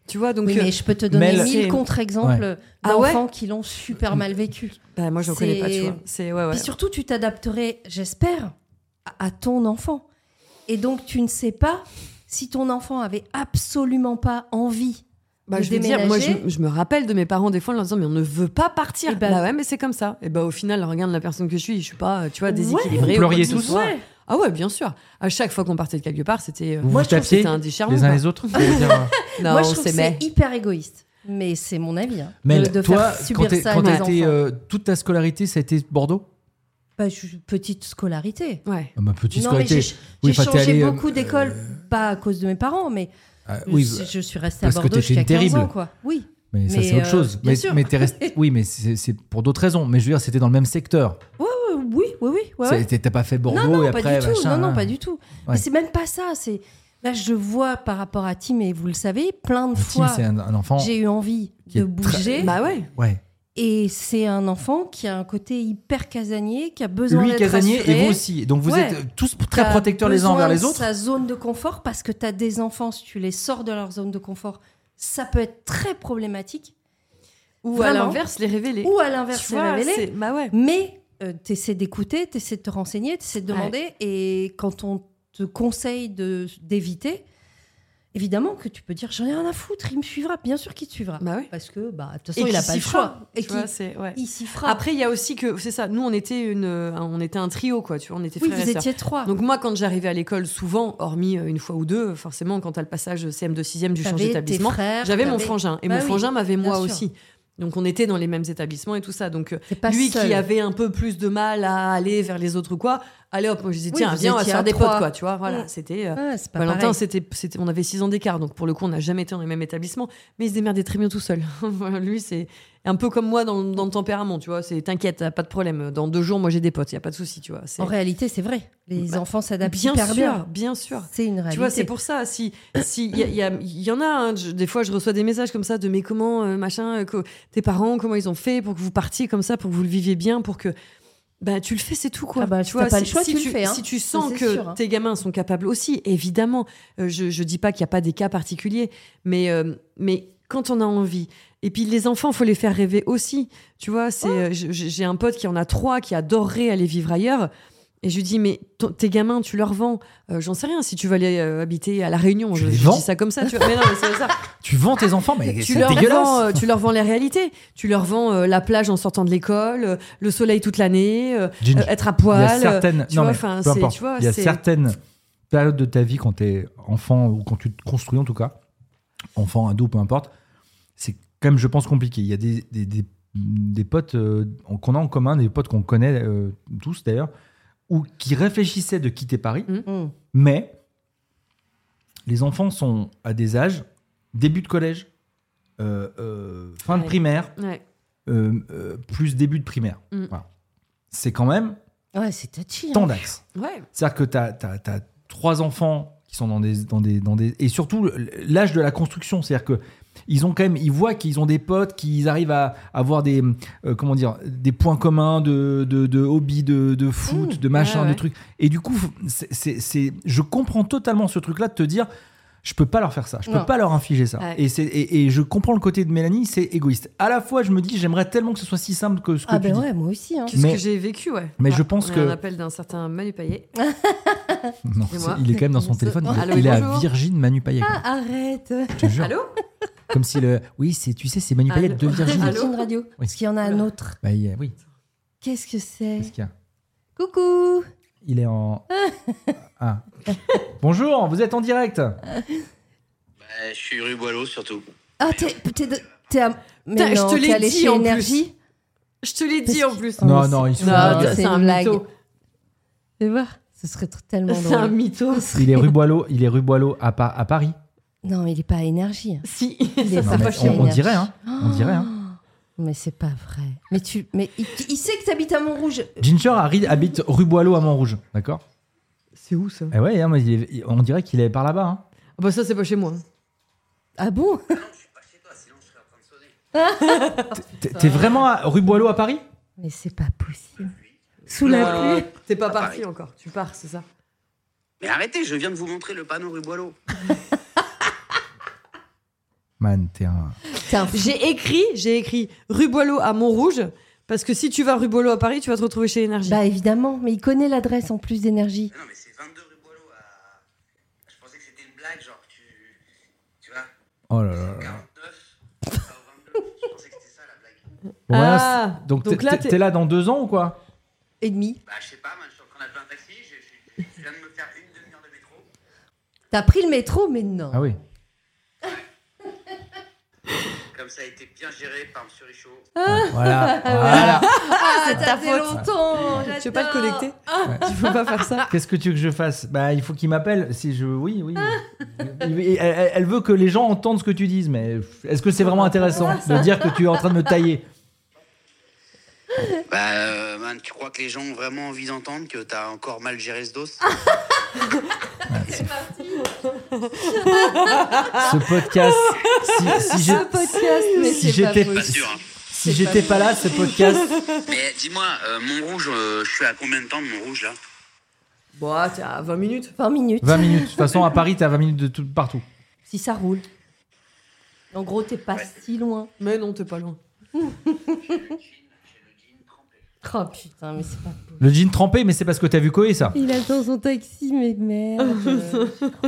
Tu vois, donc. Oui, euh, mais je peux te donner Mel- mille C'est- contre-exemples Ah ouais d'enfants qui l'ont super Mm. mal vécu. bah, moi, j'en connais c'est- pas, tu vois. C'est, ouais, ouais. Puis surtout, tu t'adapterais, j'espère, à, à ton enfant. Et donc, tu ne sais pas si ton enfant avait absolument pas envie. Bah, de je veux dire, moi, je, déménager. je me rappelle de mes parents des fois en leur disant, mais on ne veut pas partir. Eh ben- bah ouais, mais c'est comme ça. Et bah, au final, regarde la personne que je suis, je suis pas, euh, tu vois, Ouais. déséquilibrée. Vous ou pleuriez quoi que ce tous soit. Ah ouais, bien sûr. À chaque fois qu'on partait de quelque part, c'était. euh, Vous moi, vous je trouve que tapiez c'était un déchirement. les uns bah. quoi. les autres. je veux dire, euh, Non, moi, je on trouve que s'aimait. c'est hyper égoïste. Mais c'est mon avis. hein, Mel, de, de toi, faire quand subir t'es- ça quand à mes t'étais enfants. euh, toute ta scolarité, ça a été Bordeaux Bah, je suis- petite scolarité. Ouais. Ah, Ma petite non, mais scolarité. j'ai j'ai Oui, enfin, t'es changé allée, euh, beaucoup d'écoles, pas à cause de mes parents, mais Ah, je- oui, je, suis restée parce que à Bordeaux t'étais jusqu'à 15 ans. terrible. Quoi. Oui, mais ça mais, c'est autre euh, chose. bien mais sûr. mais t'es restée- oui, mais c'est c'est pour d'autres raisons. Mais je veux dire, c'était dans le même secteur. Euh, oui, oui, oui. ouais, ouais. C'est- T'as pas fait Bordeaux non, non, et pas après du tout. machin, non, hein. non, pas du tout. Ouais. Mais c'est même pas ça. C'est là, je vois par rapport à Tim et vous le savez, plein de Tim, fois, c'est un, un enfant. j'ai eu envie qui de est très- bouger. Bah ouais. Ouais. Et c'est un enfant qui a un côté hyper casanier, qui a besoin Lui d'être casanier rassuré, et vous aussi. Donc vous Ouais. êtes euh, tous qui très a protecteurs les uns besoin envers les de autres. Sa zone de confort, parce que tu as des enfants, si tu les sors de leur zone de confort, ça peut être très problématique. Ou à Vraiment. l'inverse, les révéler. Ou à Tu l'inverse, c'est vois, révélé. c'est- Bah ouais. Mais tu essaies d'écouter, tu essaies de te renseigner, tu essaies de Ouais. demander. Et quand on te conseille de- d'éviter, évidemment que tu peux dire J'en ai rien à foutre, il me suivra. Bien sûr qu'il te suivra. Bah ouais. Parce que, bah, de toute Et façon, il qu'il n'a pas s'y le fera, choix. Et Tu vois, qu'il c'est- ouais. il s'y fera. Après, il y a aussi que, c'est ça, nous on était, une, un- on était un trio, quoi, tu vois, on était oui, frères vous et sœurs. étiez trois. Donc moi, quand j'arrivais à l'école, souvent, hormis euh, une fois ou deux, forcément, quand t'as le passage CM2 6e du change T'avais tes d'établissement, frères, j'avais mon t'avais- frangin. Et Bah mon oui, frangin m'avait bien moi sûr. aussi. Donc on était dans les mêmes établissements et tout ça. Donc euh, T'es pas lui seul. qui avait un peu plus de mal à aller vers les autres ou quoi, allez hop, moi je disais Oui, tiens, vous viens, on va se étiez faire à des trois. potes, quoi, tu vois. Voilà, Mm. c'était... euh, Ouais, c'est pas Valentin, pareil. c'était, c'était- on avait 6 ans d'écart, donc pour le coup, on n'a jamais été dans les mêmes établissements, mais il se démerdait très bien tout seul. Voilà, Lui, c'est un peu comme moi dans, dans le tempérament, tu vois. C'est t'inquiète, t'as pas de problème. Dans deux jours, moi j'ai des potes, il y a pas de souci, tu vois. C'est En réalité, c'est vrai. Les Bah, enfants s'adaptent bien hyper sûr, bien. bien sûr. C'est une réalité. Tu vois, c'est pour ça. Si, si, il y, a- y a- y en a. hein, je- des fois, je reçois des messages comme ça de mais comment, euh, machin, euh, co- tes parents, comment ils ont fait pour que vous partiez comme ça, pour que vous le viviez bien, pour que. Bah, tu le fais, c'est tout quoi. Ah bah, si tu vois, t'as pas le si- choix, si tu le fais, hein. Si tu Ça, sens c'est que sûr, hein. tes gamins sont capables aussi, évidemment. euh, je, je dis pas qu'il n'y a pas des cas particuliers, mais euh, mais quand on a envie. Et puis les enfants, faut les faire rêver aussi. Tu vois, c'est euh, je- je- j'ai un pote qui en a trois qui adorerait aller vivre ailleurs. Et je lui dis, mais ton- tes gamins, tu leur vends. Euh, J'en sais rien si tu vas aller euh, habiter à La Réunion. Tu Je, les je vends dis ça comme ça. Tu vois. Mais non, mais c'est ça. Tu vends tes enfants, mais Ah, tu, c'est leur vends, dégueulasse. euh, tu leur vends les réalités. Tu leur vends euh, la plage en sortant de l'école, euh, le soleil toute l'année, euh, Ginny, euh, être à il y a poil. euh, certaines. tu non, vois, mais enfin, peu c'est- importe. tu vois, Il y a c'est- certaines périodes de ta vie quand t'es enfant ou quand tu te construis en tout cas, enfant, ado, peu importe, c'est quand même, je pense, compliqué. Il y a des, des, des- des potes euh, qu'on a en commun, des potes qu'on connaît euh, tous d'ailleurs, ou qui réfléchissaient de quitter Paris, Mm. mais les enfants sont à des âges, début de collège, euh, euh, fin de Ouais. primaire, Ouais. euh, euh, plus début de primaire. Mm. Voilà. C'est quand même Ouais, c'est touchy. hein. tant d'axes. Ouais. C'est-à-dire que tu as, trois enfants qui sont dans des, dans des, dans des et surtout l- l'âge de la construction, c'est-à-dire que ils ont quand même, ils voient qu'ils ont des potes, qu'ils arrivent à avoir des, euh, comment dire, des points communs de, de, de hobby, de, de foot, de machin, ouais, ouais. de trucs. Et du coup, c'est, c'est- c'est- je comprends totalement ce truc-là de te dire, je peux pas leur faire ça, je Non. peux pas leur infliger ça. Ouais. Et, c'est, et, et je comprends le côté de Mélanie, c'est égoïste. À la fois, je me dis, j'aimerais tellement que ce soit si simple que ce que Ah tu ben dis. ouais, moi aussi. hein. Qu'est-ce Mais- que j'ai vécu, ouais. mais Ah, je pense on a que- un appel d'un certain Manu Payet. Non, Excusez-moi. c'est- il est quand même dans son téléphone, il, Allô, il est à bonjour. Virgin Manu Payet, quand même. Ah, arrête. Je te jure. Allô Comme si le. Oui, c'est, tu sais, c'est Manu Payet Allô de Virgin. Allô Virgin Radio. Parce qu'il y en a un autre. Bah, il est- oui, Qu'est-ce que c'est qu'est-ce qu'il y a Coucou. Il est en. Ah. Bonjour, vous êtes en direct Bah, je suis rue Boileau surtout. Ah, t'es, t'es, de- t'es à- mais Putain, je non, te t'es l'ai allé dit chez en plus. Énergie. Je te l'ai dit en plus. Oh, Non, mais non, c'est- il se Non, fout de moi. c'est c'est un une blague. mytho. Fais voir. Ce serait tr- tellement C'est un drôle. mytho. Il est rue Boileau, il est rue Boileau à, Pa- à Paris. Non, il est pas à Énergie. Si, Il est ça, Non, ça mais va pas chier. chez on, on Énergie. dirait, hein. On dirait, hein. Oh, Mais c'est pas vrai. Mais tu, mais il, il sait que t'habites à Montrouge. Ginger Harry habite rue Boileau à Montrouge, d'accord C'est où ça Eh ouais, hein, mais il est- il- on dirait qu'il est par là-bas. hein. Ah Bah ça c'est pas chez moi. Ah bon T'es, t'es vraiment à rue Boileau à Paris Mais c'est pas possible. Sous la pluie. T'es pas Pareil. parti encore. Tu pars, c'est ça. Mais arrêtez, je viens de vous montrer le panneau rue Boileau. Man, t'es un. T'es un fou. J'ai écrit, j'ai écrit rue Boileau à Montrouge parce que si tu vas rue Boileau à Paris, tu vas te retrouver chez Énergie. Bah évidemment, mais il connaît l'adresse en plus d'énergie. Mais Ah non, mais c'est 22 rue Boileau à. Je pensais que c'était une blague, genre tu. Tu vois Oh là là. là. 49, ça au 22. Je pensais que c'était ça la blague. Bon, voilà, Ah, c'est- donc, donc t'es, là, t'es- t'es- t'es là dans deux ans ou quoi Et demi. Bah, je sais pas, moi, je suis en train d'appeler un taxi, je, je- je viens de me faire une demi-heure de métro. T'as pris le métro, mais non. Ah oui. Comme ça a été bien géré par Monsieur Richaud. Ah. Voilà. voilà. Ah, c'est ta faute. longtemps. tu veux pas te j'adore. connecter Tu peux pas faire ça. Qu'est-ce que tu veux que je fasse Bah, il faut qu'il m'appelle. Si je, oui, oui. Il- il- elle, elle veut que les gens entendent ce que tu dises, mais est-ce que c'est vraiment intéressant de dire que tu es en train de me tailler Bah, euh, man, tu crois que les gens ont vraiment envie d'entendre que t'as encore mal géré ce dos Ce podcast. Ah. Si, si j'ai- Ce podcast, mais si c'est pas j'étais Pas possible. sûr, hein. si j'étais pas là, ce podcast. Mais dis-moi, euh, Montrouge, euh, je suis à combien de temps de Montrouge là Bon, ah, t'es à 20 minutes. 20 minutes, 20 minutes. De toute façon, à Paris, t'as 20 minutes de tout partout. si ça roule. En gros, t'es pas si loin. Mais non, t'es pas loin. Oh putain, mais c'est pas possible. Le jean trempé, mais c'est parce que t'as vu Koé, ça. Il attend son taxi, mais merde.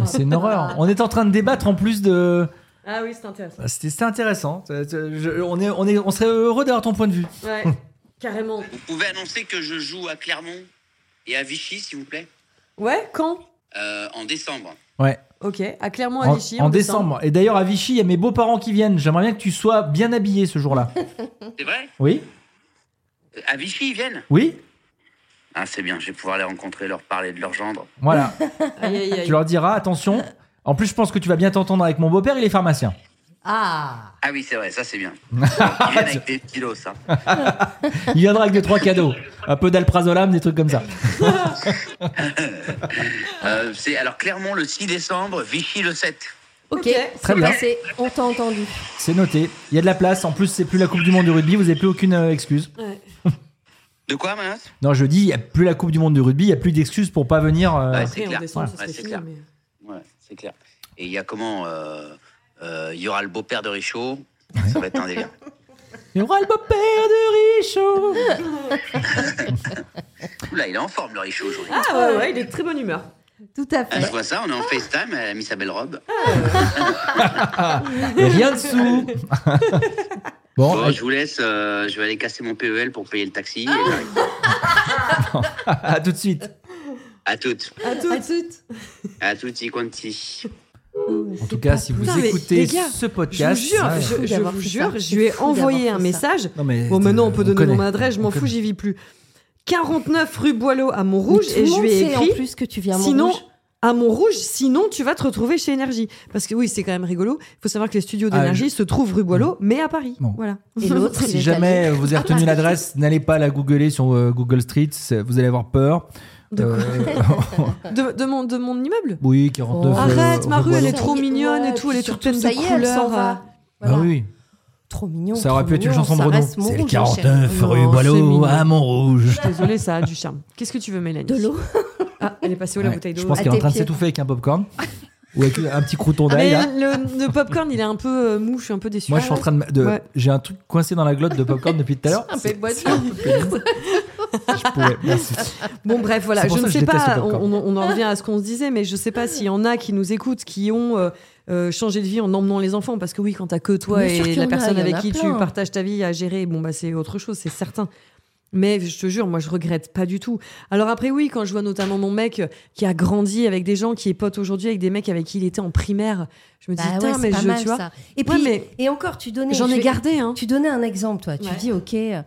C'est une horreur. On est en train de débattre en plus de. Ah oui, c'est intéressant. Bah, C'était c'était intéressant. Euh, euh, je- on, est, on, est, on serait heureux d'avoir ton point de vue. Ouais, carrément. Vous pouvez annoncer que je joue à Clermont et à Vichy, s'il vous plaît, Ouais, quand euh, en décembre. Ouais. Ok, à Clermont à En, Vichy. hein. en décembre. Et d'ailleurs, à Vichy, il y a mes beaux-parents qui viennent. J'aimerais bien que tu sois bien habillé ce jour-là. C'est vrai Oui Euh, À Vichy, ils viennent Oui Ah, c'est bien, je vais pouvoir les rencontrer, leur parler de leur gendre. Voilà. Aïe, aïe, aïe. tu leur diras, attention. En plus, je pense que tu vas bien t'entendre avec mon beau-père, il est pharmacien. Ah Ah oui, c'est vrai, ça c'est bien. Ils viennent avec des kilos, ça. Il viendra avec deux, trois cadeaux. Un peu d'alprazolam, des trucs comme ça. Euh, c'est alors Clermont le 6 décembre, Vichy le 7. Ok, Ok, c'est bien. passé. On t'a entendu. C'est noté. Il y a de la place. En plus, c'est plus la Coupe du Monde de rugby, vous n'avez plus aucune euh, excuse. De quoi, Manos Non, je dis, il n'y a plus la Coupe du Monde de rugby, il n'y a plus d'excuses pour pas venir. euh, Ouais, Après, C'est en clair. décembre, Ouais, ce serait c'est fini. clair. mais- Ouais, c'est clair. Et il y a comment euh, euh, Il y aura le beau-père de Richaud. Ça va être un délire. Il y aura le beau-père de Richaud. Oula, il est en forme, le Richaud, aujourd'hui. Ah ouais, ouais, il est de très bonne humeur. Tout à Ah, je fait. vois ça, on est en FaceTime, elle a mis sa belle robe. Et rien dessous. bon, Bon, je vous laisse, euh, je vais aller casser mon PEL pour payer le taxi. et j'arrive. à tout de suite. À toutes, À toutes. à toutes y quanti. Oh, En tout cas, si vous Putain, mais écoutez les gars, ce je vous podcast, jure, ouais. je, fou je d'avoir vous fait jure, ça. je C'est lui ai fou envoyé d'avoir un fait message. Non, mais Bon, maintenant, on peut donner connaît. mon adresse, je On m'en fous, connaît. j'y vis plus. 49 rue Boileau à Montrouge, Mais tout et le je monde lui ai sait, écrit. en plus que tu viens à Sinon, Montrouge. à Montrouge, sinon tu vas te retrouver chez Énergie. Parce que oui, c'est quand même rigolo. Il faut savoir que les studios Ah, Mm. d'énergie se trouvent rue Boileau, mais à Paris. Bon. Voilà. Et l'autre, il Si est jamais allé. euh, vous avez Ah, retenu l'adresse, n'allez pas la googler sur euh, Google Street, c'est- vous allez avoir peur. De quoi Euh, De, de mon, de mon immeuble oui, 49. Oh. euh, Arrête, ma rue rue, elle est Boileau. trop Ouais, mignonne et puis tout, elle est toute surtout, pleine de ça y est, elle s'en couleurs. va. euh, Voilà. Ah oui, Trop mignon. ça aurait trop pu être une mignon, chanson ça Renaud. reste C'est le Montrouge, hein, 49 chérie. rue Non, c'est Boileau mignon. à Montrouge. Désolée, ça a du charme. Qu'est-ce que tu veux, Mélanie De l'eau. Ah, elle est passée où la Ouais, bouteille je d'eau pense À qu'elle est en tes train de pieds. s'étouffer avec un popcorn ou avec un petit crouton Ah, d'ail. mais là. le, le popcorn, il est un peu euh, mou, je suis un peu déçue. Moi, je suis en train de. de- Ouais. J'ai un truc coincé dans la glotte de popcorn depuis tout à l'heure. C'est- Je pourrais. Merci. Ah. Bon, bref, C'est voilà, pour je ça que ne je sais déteste le pas, on, popcorn. on en revient à ce qu'on se disait, mais je ne sais pas s'il y en a qui nous écoutent, qui ont euh, euh, changé de vie en emmenant les enfants, parce que oui, quand t'as que toi Bien sûr et qu'il y la en a, personne il y en avec a qui plein. tu partages ta vie à gérer, bon, bah, c'est autre chose, c'est certain. Mais je te jure, moi, je regrette pas du tout. Alors après, oui, quand je vois notamment mon mec euh, qui a grandi avec des gens, qui est pote aujourd'hui avec des mecs avec qui il était en primaire, je me dis, Bah ouais, putain, c'est mais pas je, mal, tu vois, ça. Et Ouais, puis, mais- et encore, tu donnais. j'en je ai vais- gardé, hein. Tu donnais un exemple, toi. Tu Ouais. dis, ok, euh,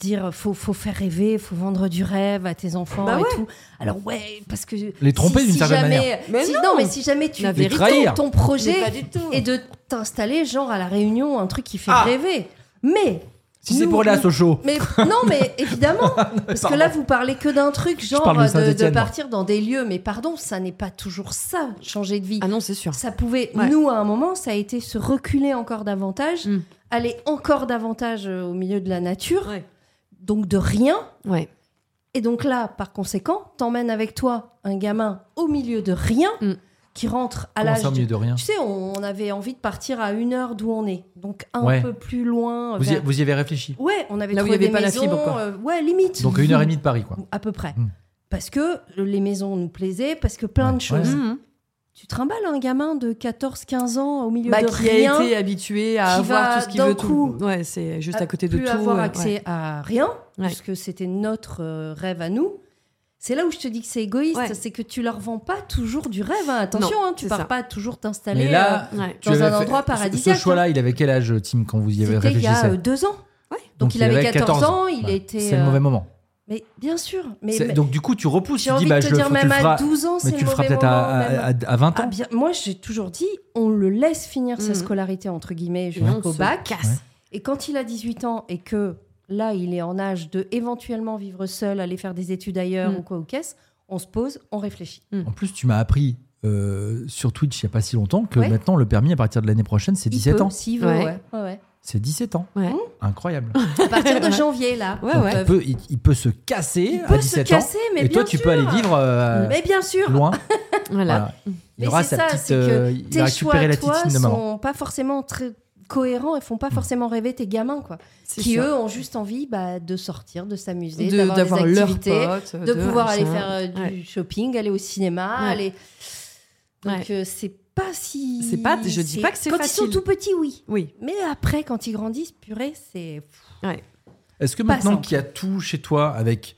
dire faut, faut faire rêver, faut vendre du rêve à tes enfants Bah et ouais. tout. Alors ouais, parce que Les tromper si- d'une si certaine jamais- manière. Mais si- non. non. mais si jamais tu La Les vérité, trahir. ton projet Mais pas du tout. est de t'installer genre à la Réunion, un truc qui fait Ah. rêver. Mais Si c'est nous- pour aller à Sochaux. mais non, mais évidemment, parce que Pardon. là vous parlez que d'un truc genre euh, parle de de- de, Saint-Étienne, moi. partir dans des lieux, mais pardon, ça n'est pas toujours ça, changer de vie Ah non, c'est sûr. ça pouvait, Ouais. nous, à un moment, ça a été se reculer encore davantage, Mm. aller encore davantage euh, au milieu de la nature, Ouais. donc de rien. Ouais. Et donc là, par conséquent, t'emmènes avec toi un gamin au milieu de rien Mm. qui rentre à Comment l'âge. ça, au de- milieu de rien Tu sais, on on avait envie de partir à une heure d'où on est, donc un Ouais. peu plus loin. vous y, vers- vous y avez réfléchi. Ouais, on avait Là où il y trouvé avait des pas la maisons, fibre, quoi. euh, ouais, limite. Donc à une heure et demie de Paris, quoi. À peu près. Mm. Parce que les maisons nous plaisaient, parce que plein Ouais. de choses. Ouais. Mhm. Tu trimbales un gamin de 14-15 ans au milieu Bah, de qui rien. a été habitué à qui avoir va tout ce qu'il d'un veut. coup tout. Ouais, c'est juste à à côté de plus tout. euh, avoir ouais, accès à rien, Ouais. puisque c'était notre euh, rêve à nous. C'est là où je te dis que c'est égoïste, Ouais. c'est que tu leur vends pas toujours du rêve. hein. Attention, Non, hein, tu c'est pars ça. pas toujours Mais t'installer. euh, là, ouais. Ouais. tu dans avais un fait- endroit ce- paradisiaque, hein. Ce choix-là, il avait quel âge, euh, Tim, quand vous y avez c'était il réfléchi y a euh, deux ans. Donc, il avait 14, ans, il était. C'est le euh, mauvais moment. Mais bien sûr, mais, C'est- mais- Donc du coup, tu repousses, j'ai tu dis envie bah de je te le dire ferai- tu même le feras. à 12 ans, Mais c'est tu le le feras mauvais peut-être à, moment, même. à- à 20 Ah, ans. bien, moi, j'ai toujours dit, on le laisse finir Mhm. sa scolarité entre guillemets Et on jusqu'au se bac. casse. Ouais. Et quand il a 18 ans et que là, il est en âge de éventuellement vivre seul, aller faire des études ailleurs Mm. ou quoi ou qu'est-ce, on se pose, on réfléchit. En plus, tu m'as appris euh, sur Twitch il n'y a pas si longtemps que Ouais. maintenant le permis à partir de l'année prochaine, c'est Il 17 peut, ans. S'il veut, Ouais. ouais. Ouais, ouais. C'est 17 ans. Mmh. Ouais. Incroyable. À partir de janvier, là. Ouais, Donc, ouais. il, peut, il, il peut se casser Il à peut se 17 casser, ans. mais et toi, bien tu sûr. peux aller vivre euh, Mais bien sûr. loin. Voilà. Voilà. Il Mais aura c'est sa ça, petite. c'est que euh, il Tes va choix, récupérer la toi, titine de maman. Mm. sont pas forcément très cohérents et font pas forcément rêver tes gamins, quoi. C'est Qui, sûr. eux, ont juste envie bah, de sortir, de s'amuser, De- d'avoir d'avoir des leur activités, pote, de, pouvoir aller machin. faire euh, du Ouais. shopping, aller au cinéma, Ouais. aller. Donc Ouais. euh, c'est pas si. C'est pas- je dis pas que c'est Quand ils facile. sont tout petits, oui. Oui. Mais après, quand ils grandissent, purée, c'est. Est-ce que Pas maintenant simple. qu'il y a tout chez toi avec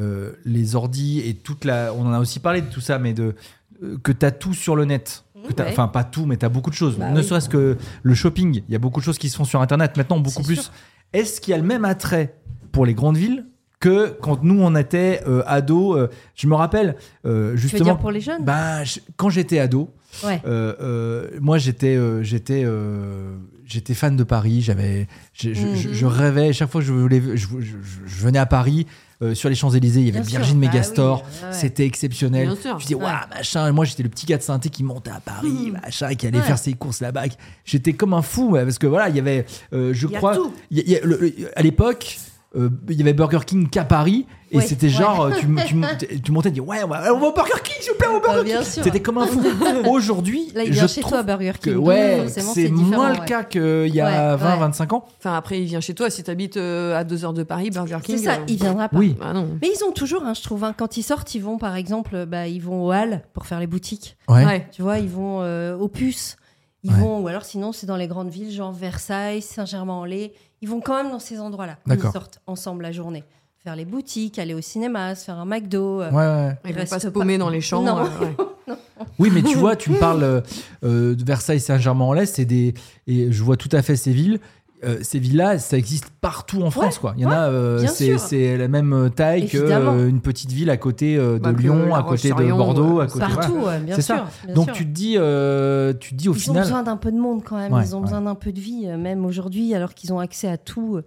euh, les ordis et toute la. On en a aussi parlé de tout ça, mais de euh, que tu as tout sur le net. Que t'as- Mmh, ouais. Enfin, pas tout, mais tu as beaucoup de choses. Bah ne oui. serait-ce que le shopping, il y a beaucoup de choses qui se font sur Internet maintenant, beaucoup C'est plus. sûr. Est-ce qu'il y a le même attrait pour les grandes villes que quand nous, on était euh, ados euh, Je me rappelle, euh, Tu veux dire justement. pour les jeunes bah, je- quand j'étais ado, Ouais. euh, euh, moi j'étais euh, j'étais euh, j'étais fan de Paris j'avais je, je- Mhm. je- je rêvais chaque fois que je voulais je, je- je venais à Paris euh, sur les Champs Élysées il y avait Bien sûr. Virgin Bah Megastore oui, ouais, ouais. c'était exceptionnel Bien sûr. je dis waouh Ouais. Mhm. machin et moi j'étais le petit gars de saint qui montait à Paris machin qui allait Ouais. faire ses courses là-bas j'étais comme un fou ouais, parce que voilà il y avait euh, je Il y a crois tout. il y a- il y a le- le- à l'époque euh, il y avait Burger King qu'à Paris et Ouais. c'était Ouais. genre euh, tu, tu, montais- tu montais et tu dis ouais on va, on va au Burger King s'il vous plaît au Burger Bah, King bien sûr. c'était comme un fou. Aujourd'hui, Là, il je vient chez trouve toi, Burger que King. donc ouais, forcément, c'est différent, moins le ouais. cas qu'il y a Ouais, 20, ouais. 25 ans. Enfin, après, il vient chez toi. Si t'habites euh, à deux heures de Paris, Burger King. C'est ça, euh, il Bah, viendra pas. Oui. Ah non. Mais ils ont toujours, hein, je trouve, hein, quand ils sortent, ils vont par exemple, bah, ils vont au Hall pour faire les boutiques. Ouais. Ouais. Tu vois, ils vont euh, aux puces. Ils Ouais. vont, ou alors sinon, c'est dans les grandes villes, genre Versailles, Saint-Germain-en-Laye. Ils vont quand même dans ces endroits-là. Ils D'accord. sortent ensemble la journée. Faire les boutiques, aller au cinéma, se faire un McDo. euh, Ouais, ouais. Ils vont Reste pas se pas- paumer dans les champs. Non. euh, ouais. Oui, mais tu vois, tu me parles euh, euh, de Versailles, Saint-Germain-en-Laye, c'est des et je vois tout à fait ces villes. Euh, ces villes-là, ça existe partout en France, quoi. Il y en a, euh, bien c'est sûr. c'est la même euh, taille qu'une Évidemment. petite ville à côté euh, de Bah, que Lyon, La à côté de Roche-sur-Yon, Bordeaux, à euh, côté. Partout, voilà. ouais, bien C'est sûr. ça. bien Donc sûr. tu te dis, euh, tu te dis au ils ont final, besoin d'un peu de monde quand même. Ouais, ils ont ouais. besoin d'un peu de vie, euh, même aujourd'hui, alors qu'ils ont accès à tout euh,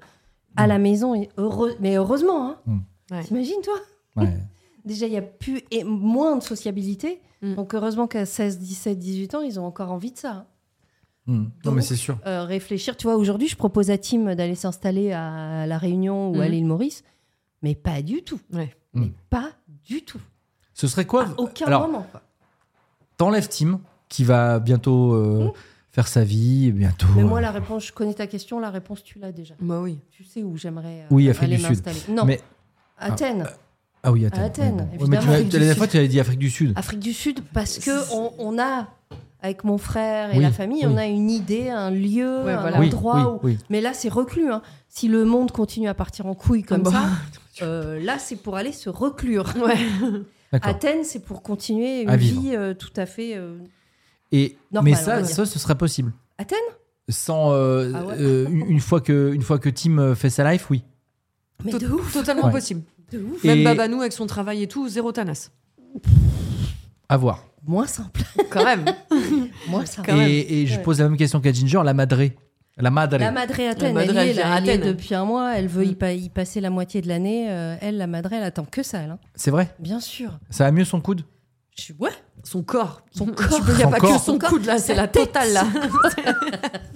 à la maison. Et heureux- Mais heureusement, hein. Mm. Ouais. T'imagines, toi Ouais. Déjà, il y a plus et moins de sociabilité. Mm. Donc, heureusement qu'à 16, 17, 18 ans, ils ont encore envie de ça. hein. Hmm. non Donc, mais c'est sûr. Euh, réfléchir, tu vois, aujourd'hui, je propose à Tim d'aller s'installer à La Réunion ou à Mhm. l'île Maurice, mais pas du tout. Ouais. Mais Mm. pas du tout. Ce serait quoi À aucun Alors, moment. quoi. t'enlèves Tim, qui va bientôt euh, faire sa vie, bientôt. Mmh. Mais euh, moi, la réponse, je connais ta question, la réponse, tu l'as déjà. Bah oui. Tu sais où j'aimerais euh, Oui, Afrique aller du Sud. m'installer. Non, Mais- Athènes. Ah oui, Athènes. À Athènes, Ouais, bon. évidemment. Ah, Ouais, mais tu m'as- Afrique la du dernière Sud. fois, tu avais dit Afrique du Sud. Afrique du Sud, parce que on, on a, avec mon frère et Oui, la famille, on oui. a une idée, un lieu, Ouais, un voilà. oui, endroit oui, où oui. Mais là, c'est reclus. hein. Si le monde continue à partir en couille comme Ah bah. ça, euh, là, c'est pour aller se reclure. D'accord. Athènes, c'est pour continuer une À vivre. vie euh, tout à fait. euh, Et Normal, mais on ça, va dire. ça, ce serait possible. Athènes Sans euh, Ah ouais euh, une, une fois que une fois que Tim euh, fait sa life, oui. Mais To- de ouf, Totalement Ouais. possible. de ouf. Et- Même Babanou avec son travail et tout, zéro Tanas. À voir. Moins simple. Quand même. Moins simple. Quand même. Et, et je Ouais. pose la même question qu'à Ginger, la madré. La madré. La Madré Athènes, La Madré, elle, y est, elle vient là, à elle y est Athènes. depuis un mois, elle veut y, Mm. pa- y passer la moitié de l'année. euh, elle, la Madré, elle attend que ça, elle. hein. C'est vrai Bien sûr. Ça a mieux son coude Je suis ouais. Son corps. Son Tu peux- Il n'y a Son pas corps. que son Son corps. coude là, c'est la totale là.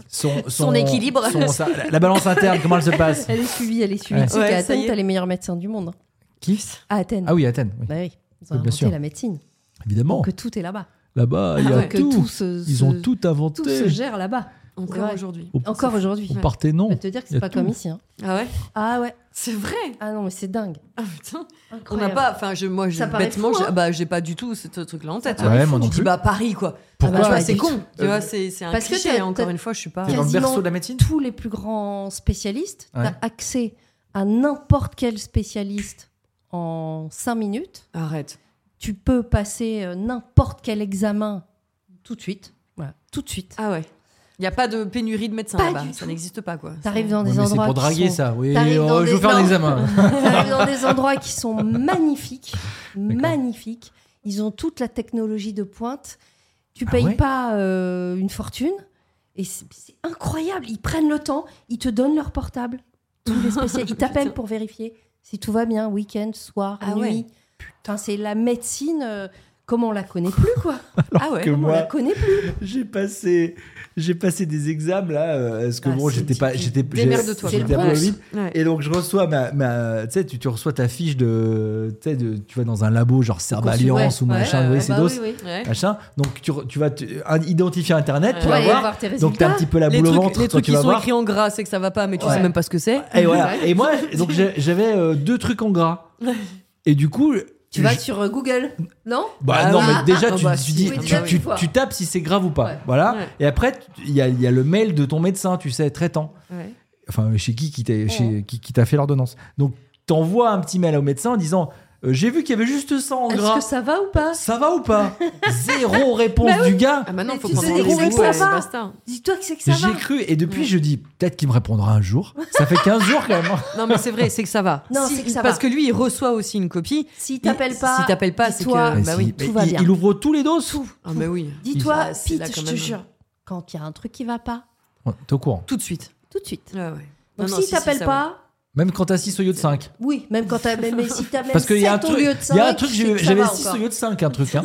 son, Son équilibre. son- sa- la, la balance interne, comment elle se passe Elle est suivie, elle est suivie. Ouais. Tu sais Ouais, qu'à ça y Athènes, est. t'as les meilleurs médecins du monde. hein. Qui À Athènes. Ah oui, Athènes, oui. Bah oui. Ils Oui, bien ont inventé sûr. la médecine. évidemment. Que tout est là-bas. Là-bas, il y a Ouais. Que tout. se- Ils se- ont tout inventé. tout se gère là-bas. Encore aujourd'hui. Au- Encore aujourd'hui. Au Je Parthénon. peux te dire que y a c'est pas tout. comme ici. hein. Ah ouais Ah ouais. C'est vrai. Ah non, mais c'est dingue. Ah putain. On n'a Incroyable. pas. Enfin, je, moi, je, Ça paraît bêtement, fou, j'ai- hein. bah, j'ai pas du tout ce ce truc-là en tête. Ouais, moi non je dis plus. bah Paris quoi. Pourquoi tu vois, bah, c'est du con. Tu Euh, vois, c'est c'est un parce que cliché. t'as- encore t'as- une fois, je suis pas. T'es dans le Quasiment berceau de la médecine Tous les plus grands spécialistes, Ouais. t'as accès à n'importe quel spécialiste en 5 minutes. Arrête. Tu peux passer euh, n'importe quel examen tout de suite. Voilà, tout de suite. Ah ouais. Il n'y a pas de pénurie de médecins Pas là-bas. du Ça tout. n'existe pas quoi. T'arrives dans Ouais, des mais c'est endroits pour qui draguer sont- ça. Oui, T'arrives euh, dans je des- veux faire un Non. examen. T'arrives dans des endroits qui sont magnifiques, magnifiques. Ils ont toute la technologie de pointe. Tu Ah payes ouais pas euh, une fortune. Et c'est c'est incroyable. Ils prennent le temps. Ils te donnent leur portable. Tous les spécialistes. Ils t'appellent pour vérifier si tout va bien, week-end, soir, Ah nuit. ouais. Putain, c'est la médecine euh, comme on la connaît plus, quoi. ah ouais. que Comme moi- on la connaît plus. J'ai passé, j'ai passé des examens là. euh, Parce que Ah, bon, c'est- j'étais pas, tu- j'étais, démerde-toi, j'étais c'est le un peu Bronx. vite. Ouais. Et donc je reçois ma, ma- tu sais, tu, tu reçois ta fiche de, tu sais, de- tu vas dans un labo genre Serballiance ah Ouais, bah, ou ouais, machin, ouais, vous voyez ouais, ces Bah doses, oui, oui. Ouais. machin. Donc tu, re- tu vas te- un- identifier internet, tu Ouais, Pour vas aller voir. voir tes résultats. Donc t'as un petit peu la Les boule au trucs, ventre, les toi, trucs tu qui vas sont voir. écrits en gras, c'est que ça va pas, mais tu sais Ouais. même pas ce que c'est. Et voilà. Et moi, donc j'ai- j'avais euh, deux trucs en gras. Et du coup, Tu je- vas sur euh, Google, non Bah Ah non, ouais. mais déjà, Ah tu, bah tu si, dis, oui, tu, déjà, tu- une fois. tu tapes si c'est grave ou pas. Ouais. Voilà. Ouais. Et après, tu- il y a, il y a le mail de ton médecin, tu sais, traitant. Ouais. Enfin, chez qui qui t'a chez qui, qui t'a fait l'ordonnance. Donc, t'envoies un petit mail au médecin en disant euh, J'ai vu qu'il y avait juste ça en Est-ce gras. que ça Bah va ou pas Ça va ou pas Zéro réponse du gars. Ah maintenant, il faut tu prendre sais, des les mecs, mots, ça et va. basta. Dis-toi que c'est que bah, ça va. J'ai cru. Et depuis, je dis Peut-être qu'il me répondra un jour. Ça fait 15 jours quand même. hein. Non, mais c'est vrai, c'est que ça va. Non, Si- c'est que ça parce va. que lui, il reçoit aussi une copie. S'il t'appelle pas, S'il t'appelle pas, c'est dis-toi, que. Bah Mais oui. si, Ah tout mais va il, bien. il ouvre tous les dos. tout. Ah, bah oui. Dis-toi, Ah, c'est là Pete, quand je te même. jure, quand il y a un truc qui va pas, Ouais, T'es au courant. Tout de suite. tout de suite. Ah Ouais, ouais. Non, Donc non, s'il si, t'appelle si, ça, ouais. pas, Même quand t'as 6 au lieu de 5. oui, même quand t'as même si t'as même Parce qu'il y a un sept au truc. lieu de Il y a un cinq, truc, c'est que j'ai- ça j'avais va 6 au encore. lieu de 5, un truc. hein.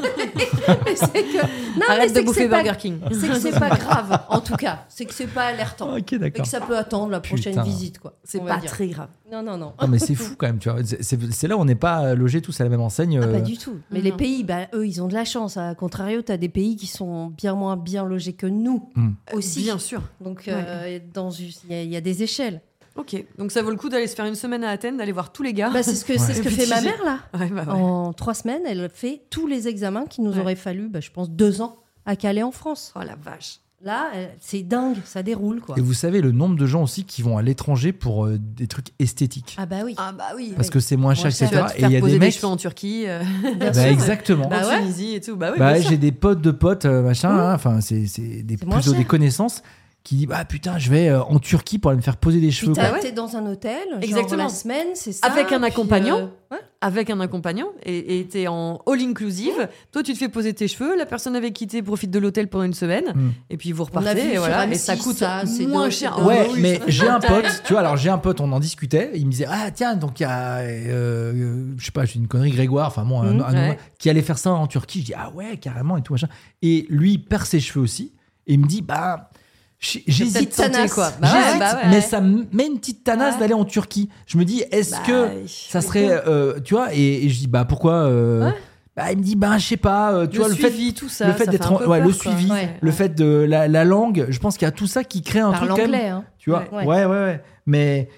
Mais c'est que- Non, mais Arrête c'est de que bouffer c'est pas- Burger King. C'est que c'est pas grave, en tout cas, c'est que c'est pas alertant Ah, Ok, et que d'accord. ça peut attendre la prochaine Putain. visite quoi. C'est on va pas dire. très grave. Non non non. Non, mais c'est fou quand même, tu vois. C'est- C'est c'est là où on n'est pas euh, logés tous à la même enseigne. Ah, euh, pas du tout. Mais non. les pays, bah, eux, ils ont de la chance. À contrario, t'as des pays qui sont bien moins bien logés que nous Hmm. aussi. Bien sûr. Donc, euh, dans une- il y, a- il y a des échelles. Ok. Donc ça vaut le coup d'aller se faire une semaine à Athènes, d'aller voir tous les gars. Bah, c'est ce que, c'est ce Et que puis fait tu ma sais- mère, là. Ouais, bah ouais. En trois semaines, elle fait tous les examens qui nous Ouais. auraient fallu, bah, je pense, deux ans à Calais en France. Oh la vache. Là, elle- c'est dingue, ça déroule quoi. Et vous savez le nombre de gens aussi qui vont à l'étranger pour euh, des trucs esthétiques. Ah bah oui. Ah bah oui. parce que c'est moins cher, Moins cher. etc. tu vas te Et il y faire a poser des des mecs. cheveux en Turquie, euh, Bien Bah, sûr. exactement. Bah en ouais. Tunisie et tout. Bah oui. Bah, bien sûr. j'ai des potes de potes, euh, machin, hein, enfin, c'est c'est des, Mmh. C'est moins plutôt des cher. connaissances qui disent Bah putain, je vais euh, en Turquie pour aller me faire poser des Puis cheveux. t'as- quoi. t'es dans un hôtel, genre Exactement. la semaine, c'est ça. Avec un puis, accompagnant. euh, ouais. avec un accompagnant et et t'es en all inclusive. Toi, tu te fais poser tes cheveux, la personne avec qui t'es profite de l'hôtel pendant une semaine, Mm. et puis vous a vu repartez et sur voilà. Et M6, ça coûte ça, c'est moins dingue, cher. c'est dingue. Ouais, Ah oui, mais ça- j'ai un pote, tu vois, alors j'ai un pote, on en discutait, il me disait Ah tiens, donc il y a, euh, euh, je sais pas, j'ai une connerie, Grégoire, enfin bon, un- Mhm, un nom, ouais. qui allait faire ça en Turquie. Je dis Ah ouais, carrément, et tout, machin. Et lui, il perd ses cheveux aussi, et il me dit Bah, j- j'hésite. peut-être tenter, Tanasse. quoi. Bah ouais, J'hésite, bah ouais. mais ça me met une petite tanasse Ouais. d'aller en Turquie. Je me dis, est-ce Bah, que oui. ça serait, euh, tu vois, et, et je dis, bah pourquoi euh, Ouais. bah, Il me dit, bah je sais pas, euh, tu le vois, le fait, suivi, tout ça, le fait ça d'être fait un en- peu ouais, le peur, quoi. suivi, Ouais. le fait de la, la langue, je pense qu'il y a tout ça qui crée un Parle truc quand même, anglais. hein. tu vois. Ouais, Ouais. ouais, ouais. Mais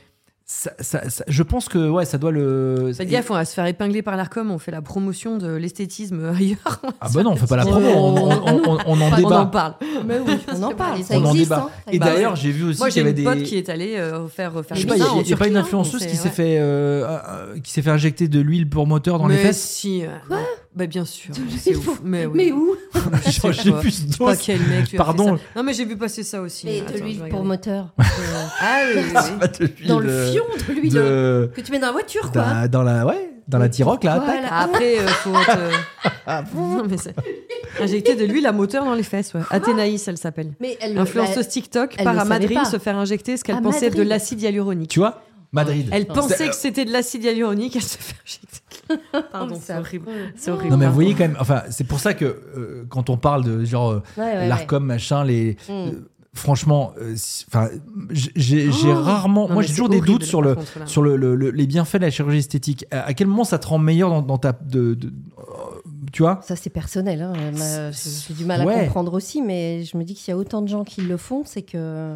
ça, ça- ça- je pense que ouais, ça doit le. Faites gaffe, on va se faire épingler par l'ARCOM, on fait la promotion de l'esthétisme ailleurs. Ah bah non, on fait pas la Ouais. promo, on, on- on- on en On en débat. parle. Mais oui, on en parle. Ça On en existe. débat. hein. Ça Et existe. Bah d'ailleurs, ouais. j'ai vu aussi Moi, qu'il y j'ai avait des. une pote qui est allée euh, faire, faire Je sais des pas, il y seins a, en il y a pas Turquie, une hein, influenceuse on qui s'est ouais. fait, euh, euh, euh, qui s'est fait injecter de l'huile pour moteur dans mais les fesses. si, euh, Quoi Bah bien sûr. Mais c'est où ouf. Mais, oui. Mais où Genre, sais J'ai pas. vu ce Je sais pas dos. quel mec lui a fait Pardon. ça. Non mais j'ai vu passer ça aussi. hein. Mais Attends, de je vais l'huile pour regarder. moteur. Euh, Ah oui, oui, oui. Pas de l'huile, Dans le euh, fion de l'huile de- que tu mets dans la voiture, quoi. dans, dans la ouais, dans la tiroque là. tac. Voilà. Ah, Après, euh, faut te- Ah Non, mais c'est- injecter de l'huile à moteur dans les fesses. Ouais. Athénaïs, elle s'appelle. Mais elle, Influenceuse TikTok elle part le à savait Madrid pas. se faire injecter ce qu'elle À pensait de Madrid. l'acide hyaluronique. Tu vois, Madrid. Elle pensait C'est- que c'était de l'acide hyaluronique, elle se fait injecter. Pardon, Oh, c'est ça. horrible. C'est horrible. Non mais vous Pardon. voyez quand même. Enfin, c'est pour ça que euh, quand on parle de genre euh, Ouais, ouais, ouais. l'Arcom machin, les Mm. euh, franchement, euh, si- enfin, j- j'ai j'ai Oh. rarement. Non, moi, mais j'ai c'est toujours des horrible, doutes sur par le contre, là. sur le, le- le- les bienfaits de la chirurgie esthétique. À, à quel moment ça te rend meilleur dans, dans ta de, de- euh, tu vois Ça, c'est personnel. hein. Ma- J'ai j'ai du mal à Ouais. comprendre aussi, mais je me dis qu'il y a autant de gens qui le font, c'est que.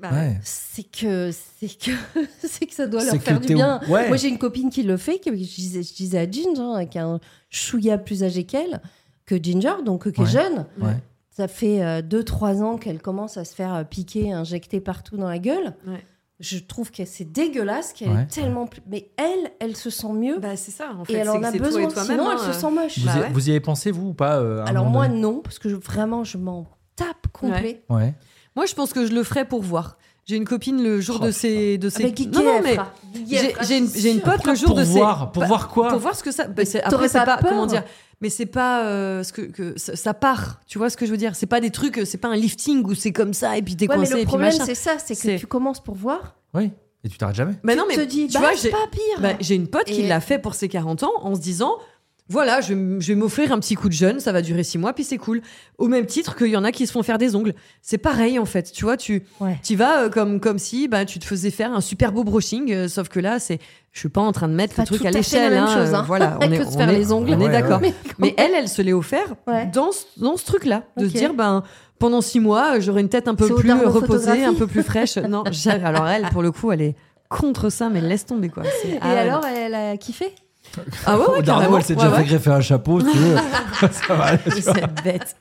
Bah, Ouais. C'est que. C'est que. c'est que ça doit C'est leur que faire du t'es- bien. ouais. Moi, j'ai une copine qui le fait, qui, je, disais, je disais à Ginger, hein, qui a un chouïa plus âgé qu'elle, que Ginger, donc euh, qui Ouais. est jeune. Ouais. Ça fait 2-3 ans qu'elle commence à se faire euh, piquer, injecter partout dans la gueule. Ouais. Je trouve que c'est dégueulasse, qu'elle Ouais. est tellement. plus- Mais elle, elle se sent mieux. Bah, c'est ça, en fait. et elle c'est en que a c'est toi besoin, et toi-même, sinon hein, elle se euh. sent moche. Vous, Bah y, ouais. vous y avez pensé vous ou pas euh, à un Alors moment moi donné non, parce que je- vraiment je m'en tape complet. Ouais. Moi, je pense que je le ferai pour voir. J'ai une copine le jour Oh, de ses. De ses... Avec Guy non, non, Ah, mais Kefra. Guy j'ai Kefra, j'ai une, je suis j'ai une sûre. pote le jour Pour de ses. voir, pour Bah, voir quoi pour voir ce que ça bah, c'est- après t'aurais c'est pas pas peur comment dire mais c'est pas euh, ce que, que ça, ça part tu vois ce que je veux dire c'est pas des trucs euh, c'est pas un lifting où c'est comme ça et puis t'es Ouais, mais coincé le et puis problème machin c'est ça, c'est que C'est- tu commences pour voir, Oui. Et tu t'arrêtes jamais. mais tu non mais te dis tu bah, vois c'est j'ai pas pire. bah, j'ai une pote qui Et- l'a fait pour ses 40 ans en se disant voilà, je, vais m- je vais m'offrir un petit coup de jeune, ça va durer six mois, puis c'est cool. Au même titre qu'il y en a qui se font faire des ongles. C'est pareil, en fait. Tu vois, tu Ouais. y vas euh, comme, comme si bah, tu te faisais faire un super beau brushing, euh, sauf que là, c'est je suis pas en train de mettre Pas le truc tout à à fait l'échelle. la même hein, chose, euh, hein, Voilà, on est, que se on faire est- les ongles. on est Ouais, d'accord. Mais Mais elle, elle se l'est offert Ouais. dans ce, dans ce truc-là. De Ok. se dire, ben, pendant six mois, j'aurai une tête un peu C'est aux plus darons reposée, un photographies. peu plus fraîche. Non, jamais. Alors elle, pour le coup, elle est contre ça, mais laisse tomber, quoi. C'est- Et ah, alors elle a kiffé Ah ouais, ouais, Au Darnaud, carrément. elle s'est Ouais, déjà fait ouais. greffer un chapeau, si tu veux. ça va. aller, tu vois. Cette bête.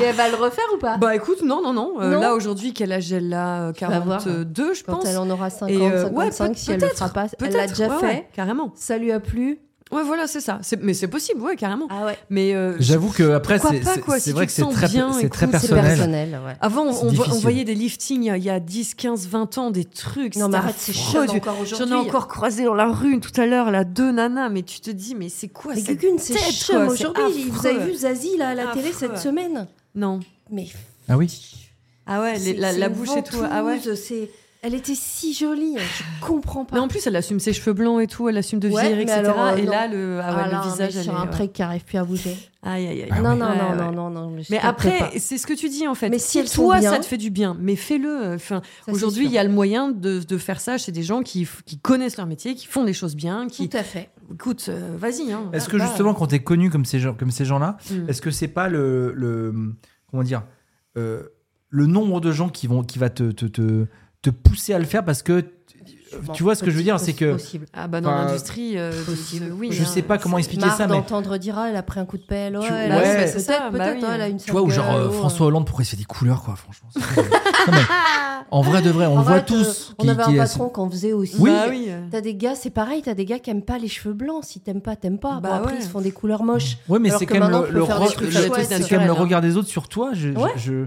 Et elle va le refaire ou pas Bah écoute, non, non, non. Euh, Non. Là, aujourd'hui, quel âge elle a euh, vas voir. 42, je Quand pense. elle en aura 50, Et, euh, ouais, 55 peut- si elle le fera peut-être, pas, elle Peut-être. l'a déjà ouais, fait. ouais, carrément. Ça lui a plu. Ouais, voilà, c'est ça. C'est- Mais c'est possible, ouais, carrément. Ah ouais. Mais euh, J'avoue que après, Pourquoi c'est pas, c'est- quoi, c'est si vrai que tu te c'est sens très, bien, c'est écoute, très c'est C'est personnel. personnel, ouais. Avant, C'est on, vo- on difficile. voyait des liftings il y a- il y a 10, 15, 20 ans, des trucs. Non mais c'était arrête, c'est affreux, chaud du- encore aujourd'hui. J'en ai encore croisé dans la rue tout à l'heure, là, deux nanas, mais tu te dis, mais c'est quoi Mais cette Gugun, c'est tête, chum quoi, c'est aujourd'hui. Vous affreux. avez vu Zazie là à la télé Affreux. cette semaine Non. Mais Ah oui Ah ouais, les- C'est- la, c'est la une bouche et tout. Ah ouais. ventouse, c'est- Elle était si jolie, je comprends pas. Mais en plus, elle assume ses cheveux blancs et tout, elle assume de Ouais, vieillir, mais etc. alors, euh, et non. là, le, ah ouais, Ah le là, mais visage, elle sur est- un ouais. truc qui arrive plus à bouger. Aïe, aïe, aïe. Ah non, oui. non, Ouais, non, ouais. non, non, non, je Mais capte pas. après, c'est ce que tu dis en fait. Mais si elles sont toi, bien- ça te fait du bien, mais fais-le. Enfin, Ça, c'est aujourd'hui, sûr. il y a le moyen de, de faire ça chez des gens qui, f- qui connaissent leur métier, qui font les choses bien, qui. Tout à fait. Écoute, euh, vas-y. Hein. Est-ce que justement, quand t'es connu comme ces gens, comme ces gens-là, Hmm. Mm. est-ce que c'est pas le, le comment dire euh, le nombre de gens qui vont qui va te te, te, te pousser à le faire parce que t- m'en tu vois ce que je veux dire, petite, c'est que- possible. Ah bah dans Enfin, l'industrie, euh, possible. euh, oui. Je hein, sais pas comment c'est- expliquer Marre ça, mais d'entendre Dira, elle a pris un coup de pelle. Oh, Tu- elle a- Ouais, peut-être, c'est ça, peut-être, bah oui. oh, elle a une Tu vois, ou sale genre gueule, euh, oh, François Hollande, pourquoi il se fait des couleurs, quoi, franchement. c'est vrai. Non, mais en vrai de vrai, on En le voit vrai, tous. euh, qu'il- On avait qu'il un est patron qu'on faisait aussi. Oui. Bah oui. T'as des gars, c'est pareil, t'as des gars qui aiment pas les cheveux blancs. Si t'aimes pas, t'aimes pas. Bah bon, après, ouais. ils se font des couleurs moches. Ouais, mais Alors c'est que quand même maintenant, le, le faut faire des re- trucs le- c'est chouettes, quand même le naturels, hein. regard des autres sur toi. Je, je- Ouais. je,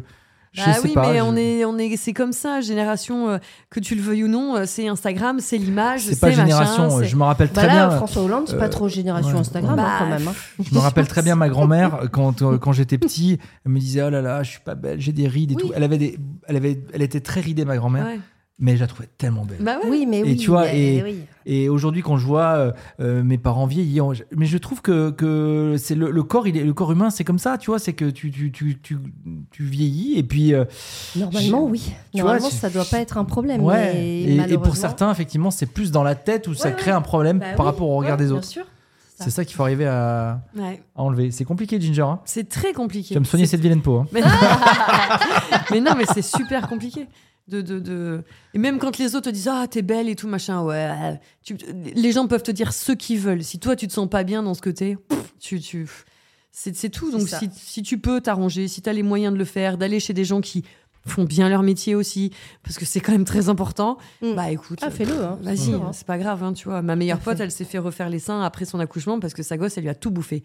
je Bah sais oui, pas. mais on je- est, on est, c'est comme ça, génération, euh, que tu le veuilles ou non, euh, c'est Instagram, c'est l'image, C'est pas machin, génération. euh, c'est- je me rappelle Bah très là, bien. François Hollande, c'est euh, pas trop génération ouais. Instagram hein, Bah, quand même. hein. Je me rappelle très bien ma grand-mère quand euh, quand j'étais petit, elle me disait oh là là, je suis pas belle, j'ai des rides et Oui. tout. Elle avait des, elle avait, elle était très ridée ma grand-mère, Ouais. mais je la trouvais tellement belle. Bah ouais. Oui, mais Et oui. tu vois, mais et- oui. Et aujourd'hui, quand je vois euh, euh, mes parents vieillir, je- mais je trouve que, que c'est le, le corps, il est, le corps humain, c'est comme ça, tu vois, c'est que tu, tu, tu, tu, tu vieillis et puis. euh, Normalement, je- oui. tu Normalement, vois, ça je- doit pas être un problème. ouais. mais Et- et, malheureusement- pour certains, effectivement, c'est plus dans la tête où ça Ouais, crée ouais. un problème Bah par oui, rapport au regard ouais, des bien autres. sûr. C'est ça qu'il faut arriver à, Ouais. à enlever. C'est compliqué, Ginger. Hein C'est très compliqué. tu vas me soigner C'est- cette vilaine peau. hein. Mais, Mais non, mais c'est super compliqué. De, de, de- Et même quand les autres te disent Ah, t'es belle et tout, machin, ouais. tu- Les gens peuvent te dire ce qu'ils veulent. Si toi, tu te sens pas bien dans ce que t'es, pff, tu. tu... C'est c'est tout. C'est Donc, ça. si, si tu peux t'arranger, si t'as les moyens de le faire, d'aller chez des gens qui font bien leur métier aussi, parce que c'est quand même très important, Mm. bah écoute. Ah, fais-le. hein, c'est Vas-y, sûr, hein. c'est pas grave, hein, tu vois. Ma meilleure Tout à pote, elle s'est fait refaire les seins après son accouchement parce que sa gosse, elle lui a tout bouffé.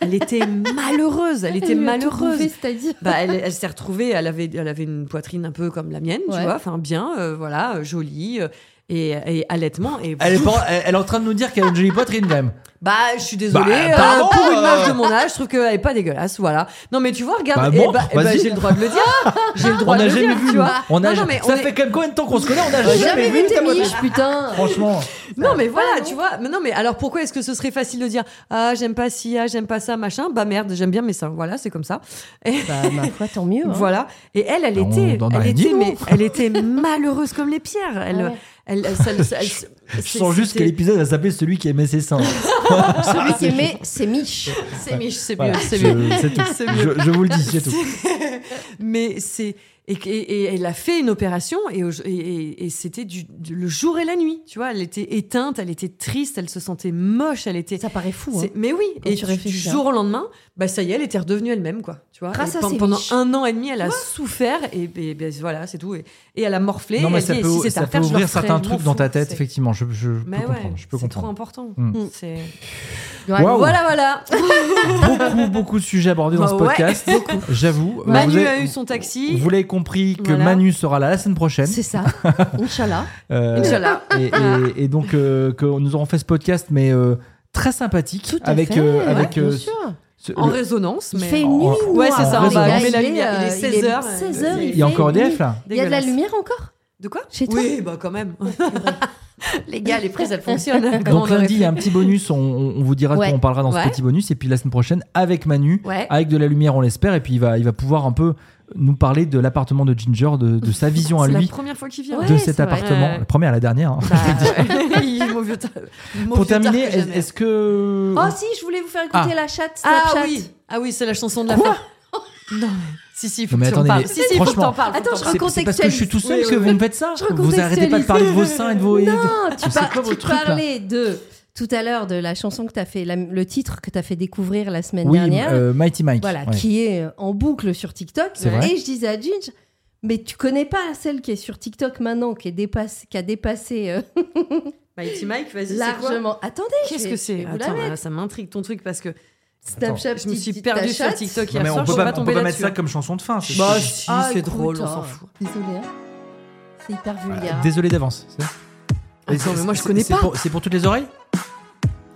Elle était malheureuse, elle était Elle lui a tout malheureuse. bouffé, C'est-à-dire. Bah, elle, elle s'est retrouvée, elle avait, elle avait une poitrine un peu comme la mienne, tu Ouais. vois, enfin bien, euh, voilà, euh, jolie, euh, et, et allaitement. Et Elle, est pas- elle- elle est en train de nous dire qu'elle a une jolie poitrine, quand même. Bah, je suis désolée, Bah, euh, pardon, pour une meuf euh. de mon âge, je trouve qu'elle est pas dégueulasse, voilà. Non, mais tu vois, Bah, regarde, eh bon, bah, eh bah, vas-y. Ah, j'ai le droit de le dire, j'ai le On droit de n'a le jamais dire, vu. tu nous. vois. On a- non, non, mais ça on est- fait quand même combien de temps qu'on se connaît On n'a J'ai jamais, jamais vu vu ta tes poitrine. miches, putain. Franchement, Non mais voilà, non. tu vois. Mais non mais alors pourquoi est-ce que ce serait facile de dire ah j'aime pas ci, ah j'aime pas ça, machin. Bah merde, j'aime bien mais ça, voilà, c'est comme ça. Et Bah, ma foi, tant mieux. hein. voilà. Et elle, elle Bah, on était, en a elle rien dit, était, nous. mais elle était malheureuse comme les pierres. Elle, Ah ouais. elle, elle- ça- ça- elle- je c'est- sens juste que c'était- l'épisode va s'appeler Celui qui aimait ses seins. Celui qui aimait, c'est Mich. C'est mieux, c'est Voilà, mieux, c'est je- mieux. c'est tout. C'est mieux. Je, je vous le dis, c'est tout. Mais c'est et, et- et elle a fait une opération et, au- et- et- et c'était du, du- le jour et la nuit. Tu vois, elle était éteinte, elle était triste, elle se sentait moche, elle était. Ça paraît fou. hein. C'est- Mais oui, Quand et tu du- du réfléchis, hein. jour au lendemain, bah ça y est, elle était redevenue elle-même, quoi. Tu vois. Grâce Et à pen- ses pendant miches. un an et demi, elle a souffert et, et- ben, voilà, c'est tout. Et, et elle a morflé. Non, mais elle ça dit, peut, si c'est ça à peut refaire, je le ouvrir referai, certains je trucs m'en dans ta fous, tête, c'est- effectivement. Je, je peux Mais ouais, comprendre. Je peux c'est trop comprendre. important. Hmm. C'est- Ouais. Waouh. Euh, Voilà, voilà. Beaucoup, beaucoup de sujets abordés dans Bah ce ouais, podcast. J'avoue. euh, Manu vous avez- a eu son taxi. Vous l'avez compris que Voilà. Manu sera là la semaine prochaine. C'est ça. Inch'Allah. Euh, Inch'Allah. et, et- et donc, euh, que nous aurons fait ce podcast, mais euh, très sympathique. Tout à avec, fait. euh, ouais, avec bien euh, sûr. ce- En le- résonance, Il mais. fait une nuit en- Ouais, noire, c'est ça, les on va gars, allumer il la est, lumière. euh, Il est 16 heures, euh, 16 heures, il il y a fait encore nuit. EDF là Il y a de la Dégueulasse. lumière encore De quoi chez toi Oui, bah quand même. les gars, les prises, elles fonctionnent. Comment Donc hein, on aurait lundi, il y a un fait petit bonus, on, on- on vous dira de Ouais. quoi on parlera dans ce Ouais. petit bonus. Et puis la semaine prochaine, avec Manu, Ouais. avec de la lumière, on l'espère. Et puis il va, il va pouvoir un peu nous parler de l'appartement de Ginger, de, de sa vision à C'est la lui, première fois qu'il vient. Ouais. de cet c'est vrai. appartement. Ouais. La première, la dernière. hein. Bah, ouais. Il est mauvais tard- mauvais Pour tard terminer, que jamais. est- est-ce que. Oh si, je voulais vous faire écouter Ah. la chatte Ah Snapchat. oui, ah oui, c'est la chanson de la Quoi fête. Non, mais- si si, il faut Non, mais que tu en attendez, parles. mais Si si, il faut que franchement- t'en parles. faut que Attends, t'en je parles. C'est c'est parce que je suis tout seul recontextualise. que vous me faites ça. Je Vous arrêtez pas de recontextualise. parler de vos seins et de vos. Non, tu, C'est par- quoi tu votre truc, là parlais de tout à l'heure de la chanson que t'as fait, la- le titre que t'as fait découvrir la semaine Oui, dernière, euh, Mighty Mike. voilà, Ouais. qui est euh, en boucle sur TikTok. C'est vrai. Et je disais à Ginge, mais tu connais pas celle qui est sur TikTok maintenant, qui, est dépasse, qui a dépassé euh, Mighty Mike, vas-y, c'est quoi largement. Attendez, je Qu'est-ce vais- que je c'est vais vous la Attends, mettre. là, ça m'intrigue ton truc parce que Snapchat, je me petite- suis petite perdue ta sur chatte. TikTok Non, hier mais soir, on je peut suis pas, pas on peut pas tombée mettre là-dessus. ça comme chanson de fin. c'est- Bah si, Ah, c'est écoute, drôle, on s'en hein. fout. Désolée, hein. c'est hyper vulgaire. Désolé d'avance. c'est ça Attends, mais moi, je C'est- connais c'est pas. pour- C'est pour toutes les oreilles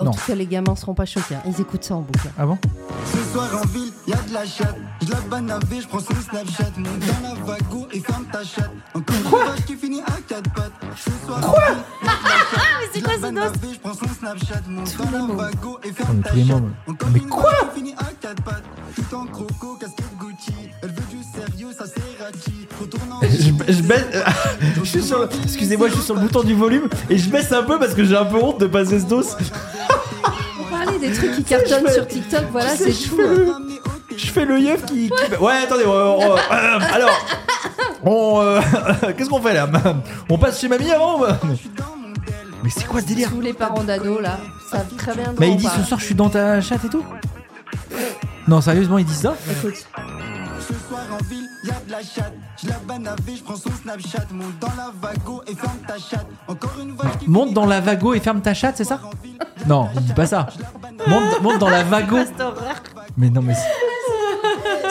En Non. tout cas, les gamins seront pas choqués. hein. Ils écoutent ça en boucle. Ah bon Ce soir en ville, y'a de la chatte. Je la banne à V, je prends son Snapchat. Monte dans la wagon et ferme ta chatte. Encore une vache qui finit à quatre pattes. Ce soir Quoi en ville, y'a de la chatte. Mais c'est quoi ce Je prends son Snapchat. Monte dans la wagon et mais ferme ta tous les chatte. mots, mais- Encore mais une quoi vache qui finit à quatre pattes. Tout en croco, casquette Gucci. Elle veut du sérieux, ça c'est Rachi. Retourne en ville, je baisse- Je suis sur le- Excusez-moi, je suis sur le bouton du volume et je baisse un peu parce que j'ai un peu honte de passer ce dos. On parlait des trucs qui cartonnent fais- sur TikTok, voilà, c'est hein. je tout. fais le, Ramener au thé. je fais le yeuf qui, qui- Ouais, attendez, on- on- on- euh, alors. On. euh, Qu'est-ce qu'on fait là On passe chez mamie avant Je suis dans mon Mais c'est quoi ce délire Tous les parents d'ados, là, savent très bien. de Mais quoi il on dit ce parle. soir, je suis dans ta chatte et tout Non, sérieusement, il dit ça Écoute, Ce soir en ville, y a de la chatte. Je la banne à vie, je prends son Snapchat. Monte dans la vago et ferme ta chatte. Encore une vache qui Monte dans la vago et ferme ta chatte, c'est ça Non, il dit pas ça. Monte, monte dans la vago. Mais non, mais. c'est-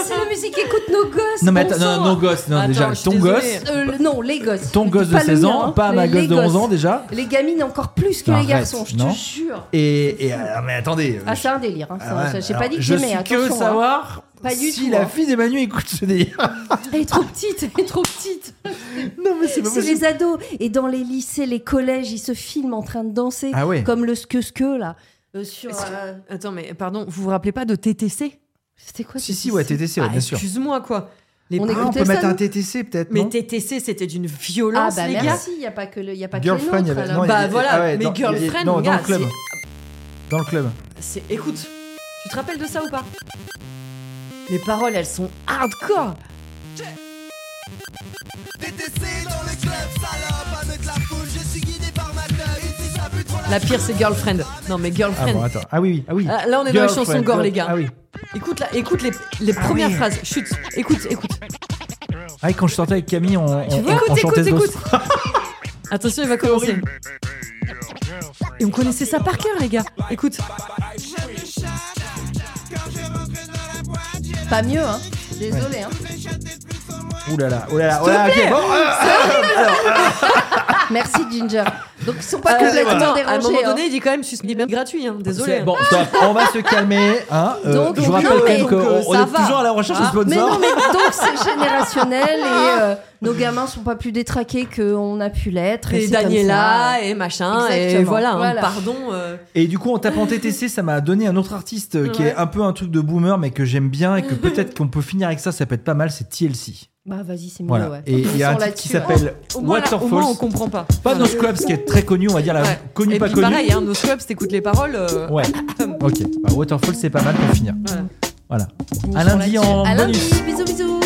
c'est la musique, écoute nos gosses. Non, mais bon attends, non, sang. non, gosse, non, Attends, déjà, je suis ton désolée. gosse. Euh, le- non, les gosses. Ton Je gosse dis de pas le 16 mien, ans, hein. pas ma Les- gosse les de 11 gosses. ans déjà. Les gamines encore plus que Arrête, les garçons, je non. te jure. Et. et ah, mais attendez. Ah, je- c'est un délire. hein. ah ouais, Ça, J'ai alors, pas dit que Je j'aimais, suis que attention. hein. savoir Pas du si tout, la hein. fille d'Emmanuel écoute ce délire. Elle est trop petite, elle est trop petite. Non, mais c'est pas C'est possible. les ados. Et dans les lycées, les collèges, ils se filment en train de danser. Ah ouais. Comme le skeusque, là. euh, sur, Est-ce que- euh, Attends, mais pardon, vous vous rappelez pas de TTC C'était quoi Si, ce si, ouais, lycée TTC, ouais, Ah, bien sûr. Excuse-moi, quoi. Les On Ah, on écoutait peut ça, mettre un nous TTC peut-être. Mais non TTC, c'était d'une Ah, violence, bah les gars. merci, il n'y a pas que, le, y a pas que les Girlfriend, il y nôtres, avait. alors. non, il y Bah avait- voilà, ah ouais, mais dans- il y avait- girlfriend, Non, les dans gars, le club. Dans le club. Ah, C'est- Écoute, tu te rappelles de ça ou pas Les paroles, elles sont hardcore. La pire, c'est girlfriend. Non, mais Ah bon, girlfriend. attends. Ah oui, oui, ah oui. Ah, Là, on est dans les Girlfriend, chansons gore, girl- les gars. Ah oui. Écoute, là, écoute les, les premières phrases. Chut, écoute, écoute. Ah, et quand je sortais avec Camille, on, on, on- on Écoute, écoute, chantait ce écoute. dos. Attention, il va commencer. Et on connaissait ça par cœur, les gars. Écoute. Pas mieux, hein. Désolé, hein. Ouh là là, oh là là, oh là, ok, bon, ah, Merci, Ginger. Donc, ils sont Ah, pas complètement attends, à un moment dérangés. hein. donné, il dit quand même, suspendez même gratuit, hein. désolé. c'est- Bon, stop, on va se calmer. Hein, euh, Donc, je vous donc, rappelle non, quand même mais- qu'on donc, on ça est va. toujours à la recherche de Ah, Mais non, sponsors. mais donc c'est générationnel et euh, nos gamins sont pas plus détraqués qu'on a pu l'être. et c'est comme Daniela ça. et machin et Exactement. voilà, hein, Voilà. pardon euh, Et du coup, en tapant TTC, ça m'a donné un autre artiste euh, qui Ouais. est un peu un truc de boomer, mais que j'aime bien et que peut-être qu'on peut finir avec ça, ça peut être pas mal, c'est TLC. Bah vas-y, c'est mieux. Voilà. ouais. Et il y a un Passons titre qui là-dessus, hein. s'appelle au moins, là, au moins, on Waterfalls. comprend pas Pas Nos Clubs, qui est très connu, on va dire, la Ouais. connu, et pas puis connu. pareil hein, nos clubs t'écoutes les paroles euh, Ouais, ok. Bah, Waterfall, c'est pas mal pour finir. voilà. Voilà. À lundi en À lundi, bonus. bisous, bisous.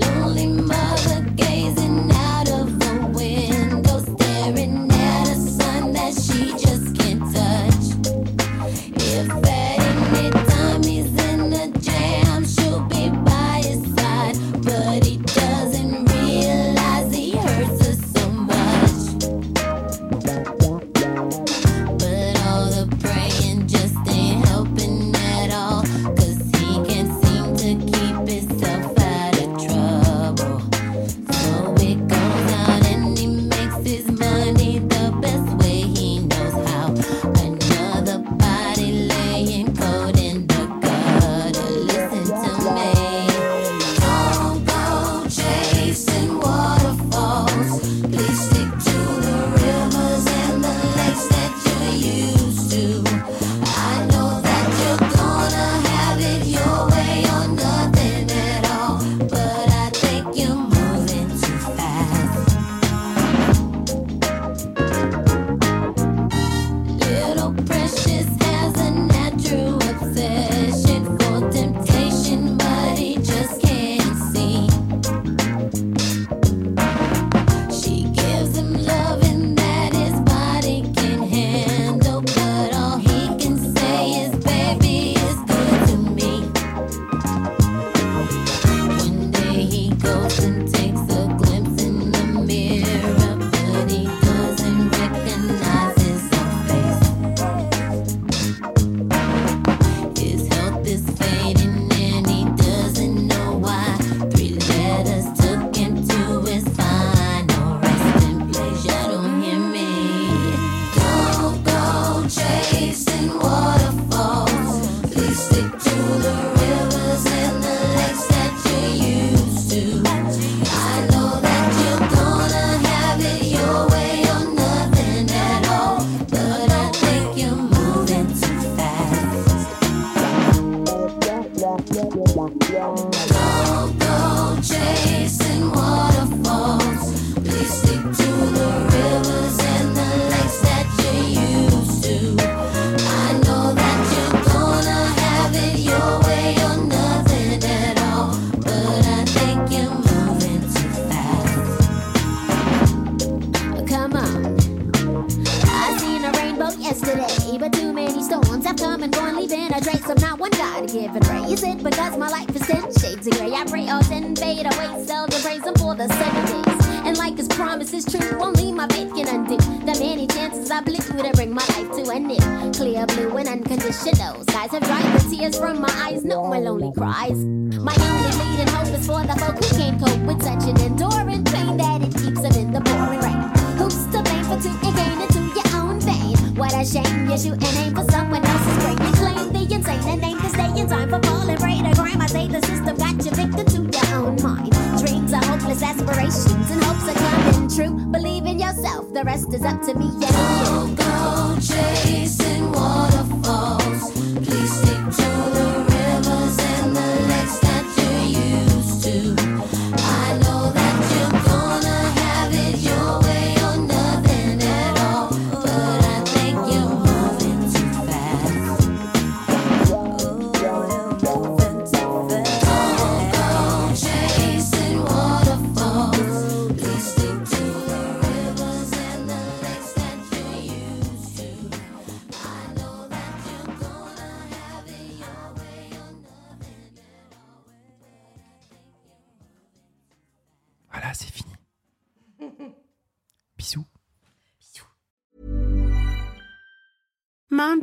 Lonely mother gazing out of the window, staring at a sun that she just can't touch. coming, going, leaving. I drank some, not one God given praise. It because my life is ten shades of gray. I pray all ten fade away, sell the praise Him for the seven days. And like His promise is true, only my faith can undo the many chances I blew to bring my life to an end. Clear blue and unconditional skies have dried the tears from my eyes. No one lonely cries. My only lead and hope is for the folk who can't cope with such an enduring pain that it keeps them in the pouring rain. Who's to blame for two and gain into your own vein? What a shame you're shooting aim for someone else's brain. You claim the insane and aim to stay in time for falling prey to crime. I say the system got you victim to your own mind. Dreams are hopeless aspirations and hopes are coming true. Believe in yourself, the rest is up to me and you. Go chasing waterfalls. Please stick to the rivers and the lakes that you're used to. I know that you're gonna have it your way or nothing at all. But I think you're moving too fast. Oh, you're moving too fast. Don't go chasing waterfalls. Please stick to the rivers and the lakes that you're used to. I know that you're gonna have it your way or nothing at all. Voilà, c'est fini. Bisous. Mom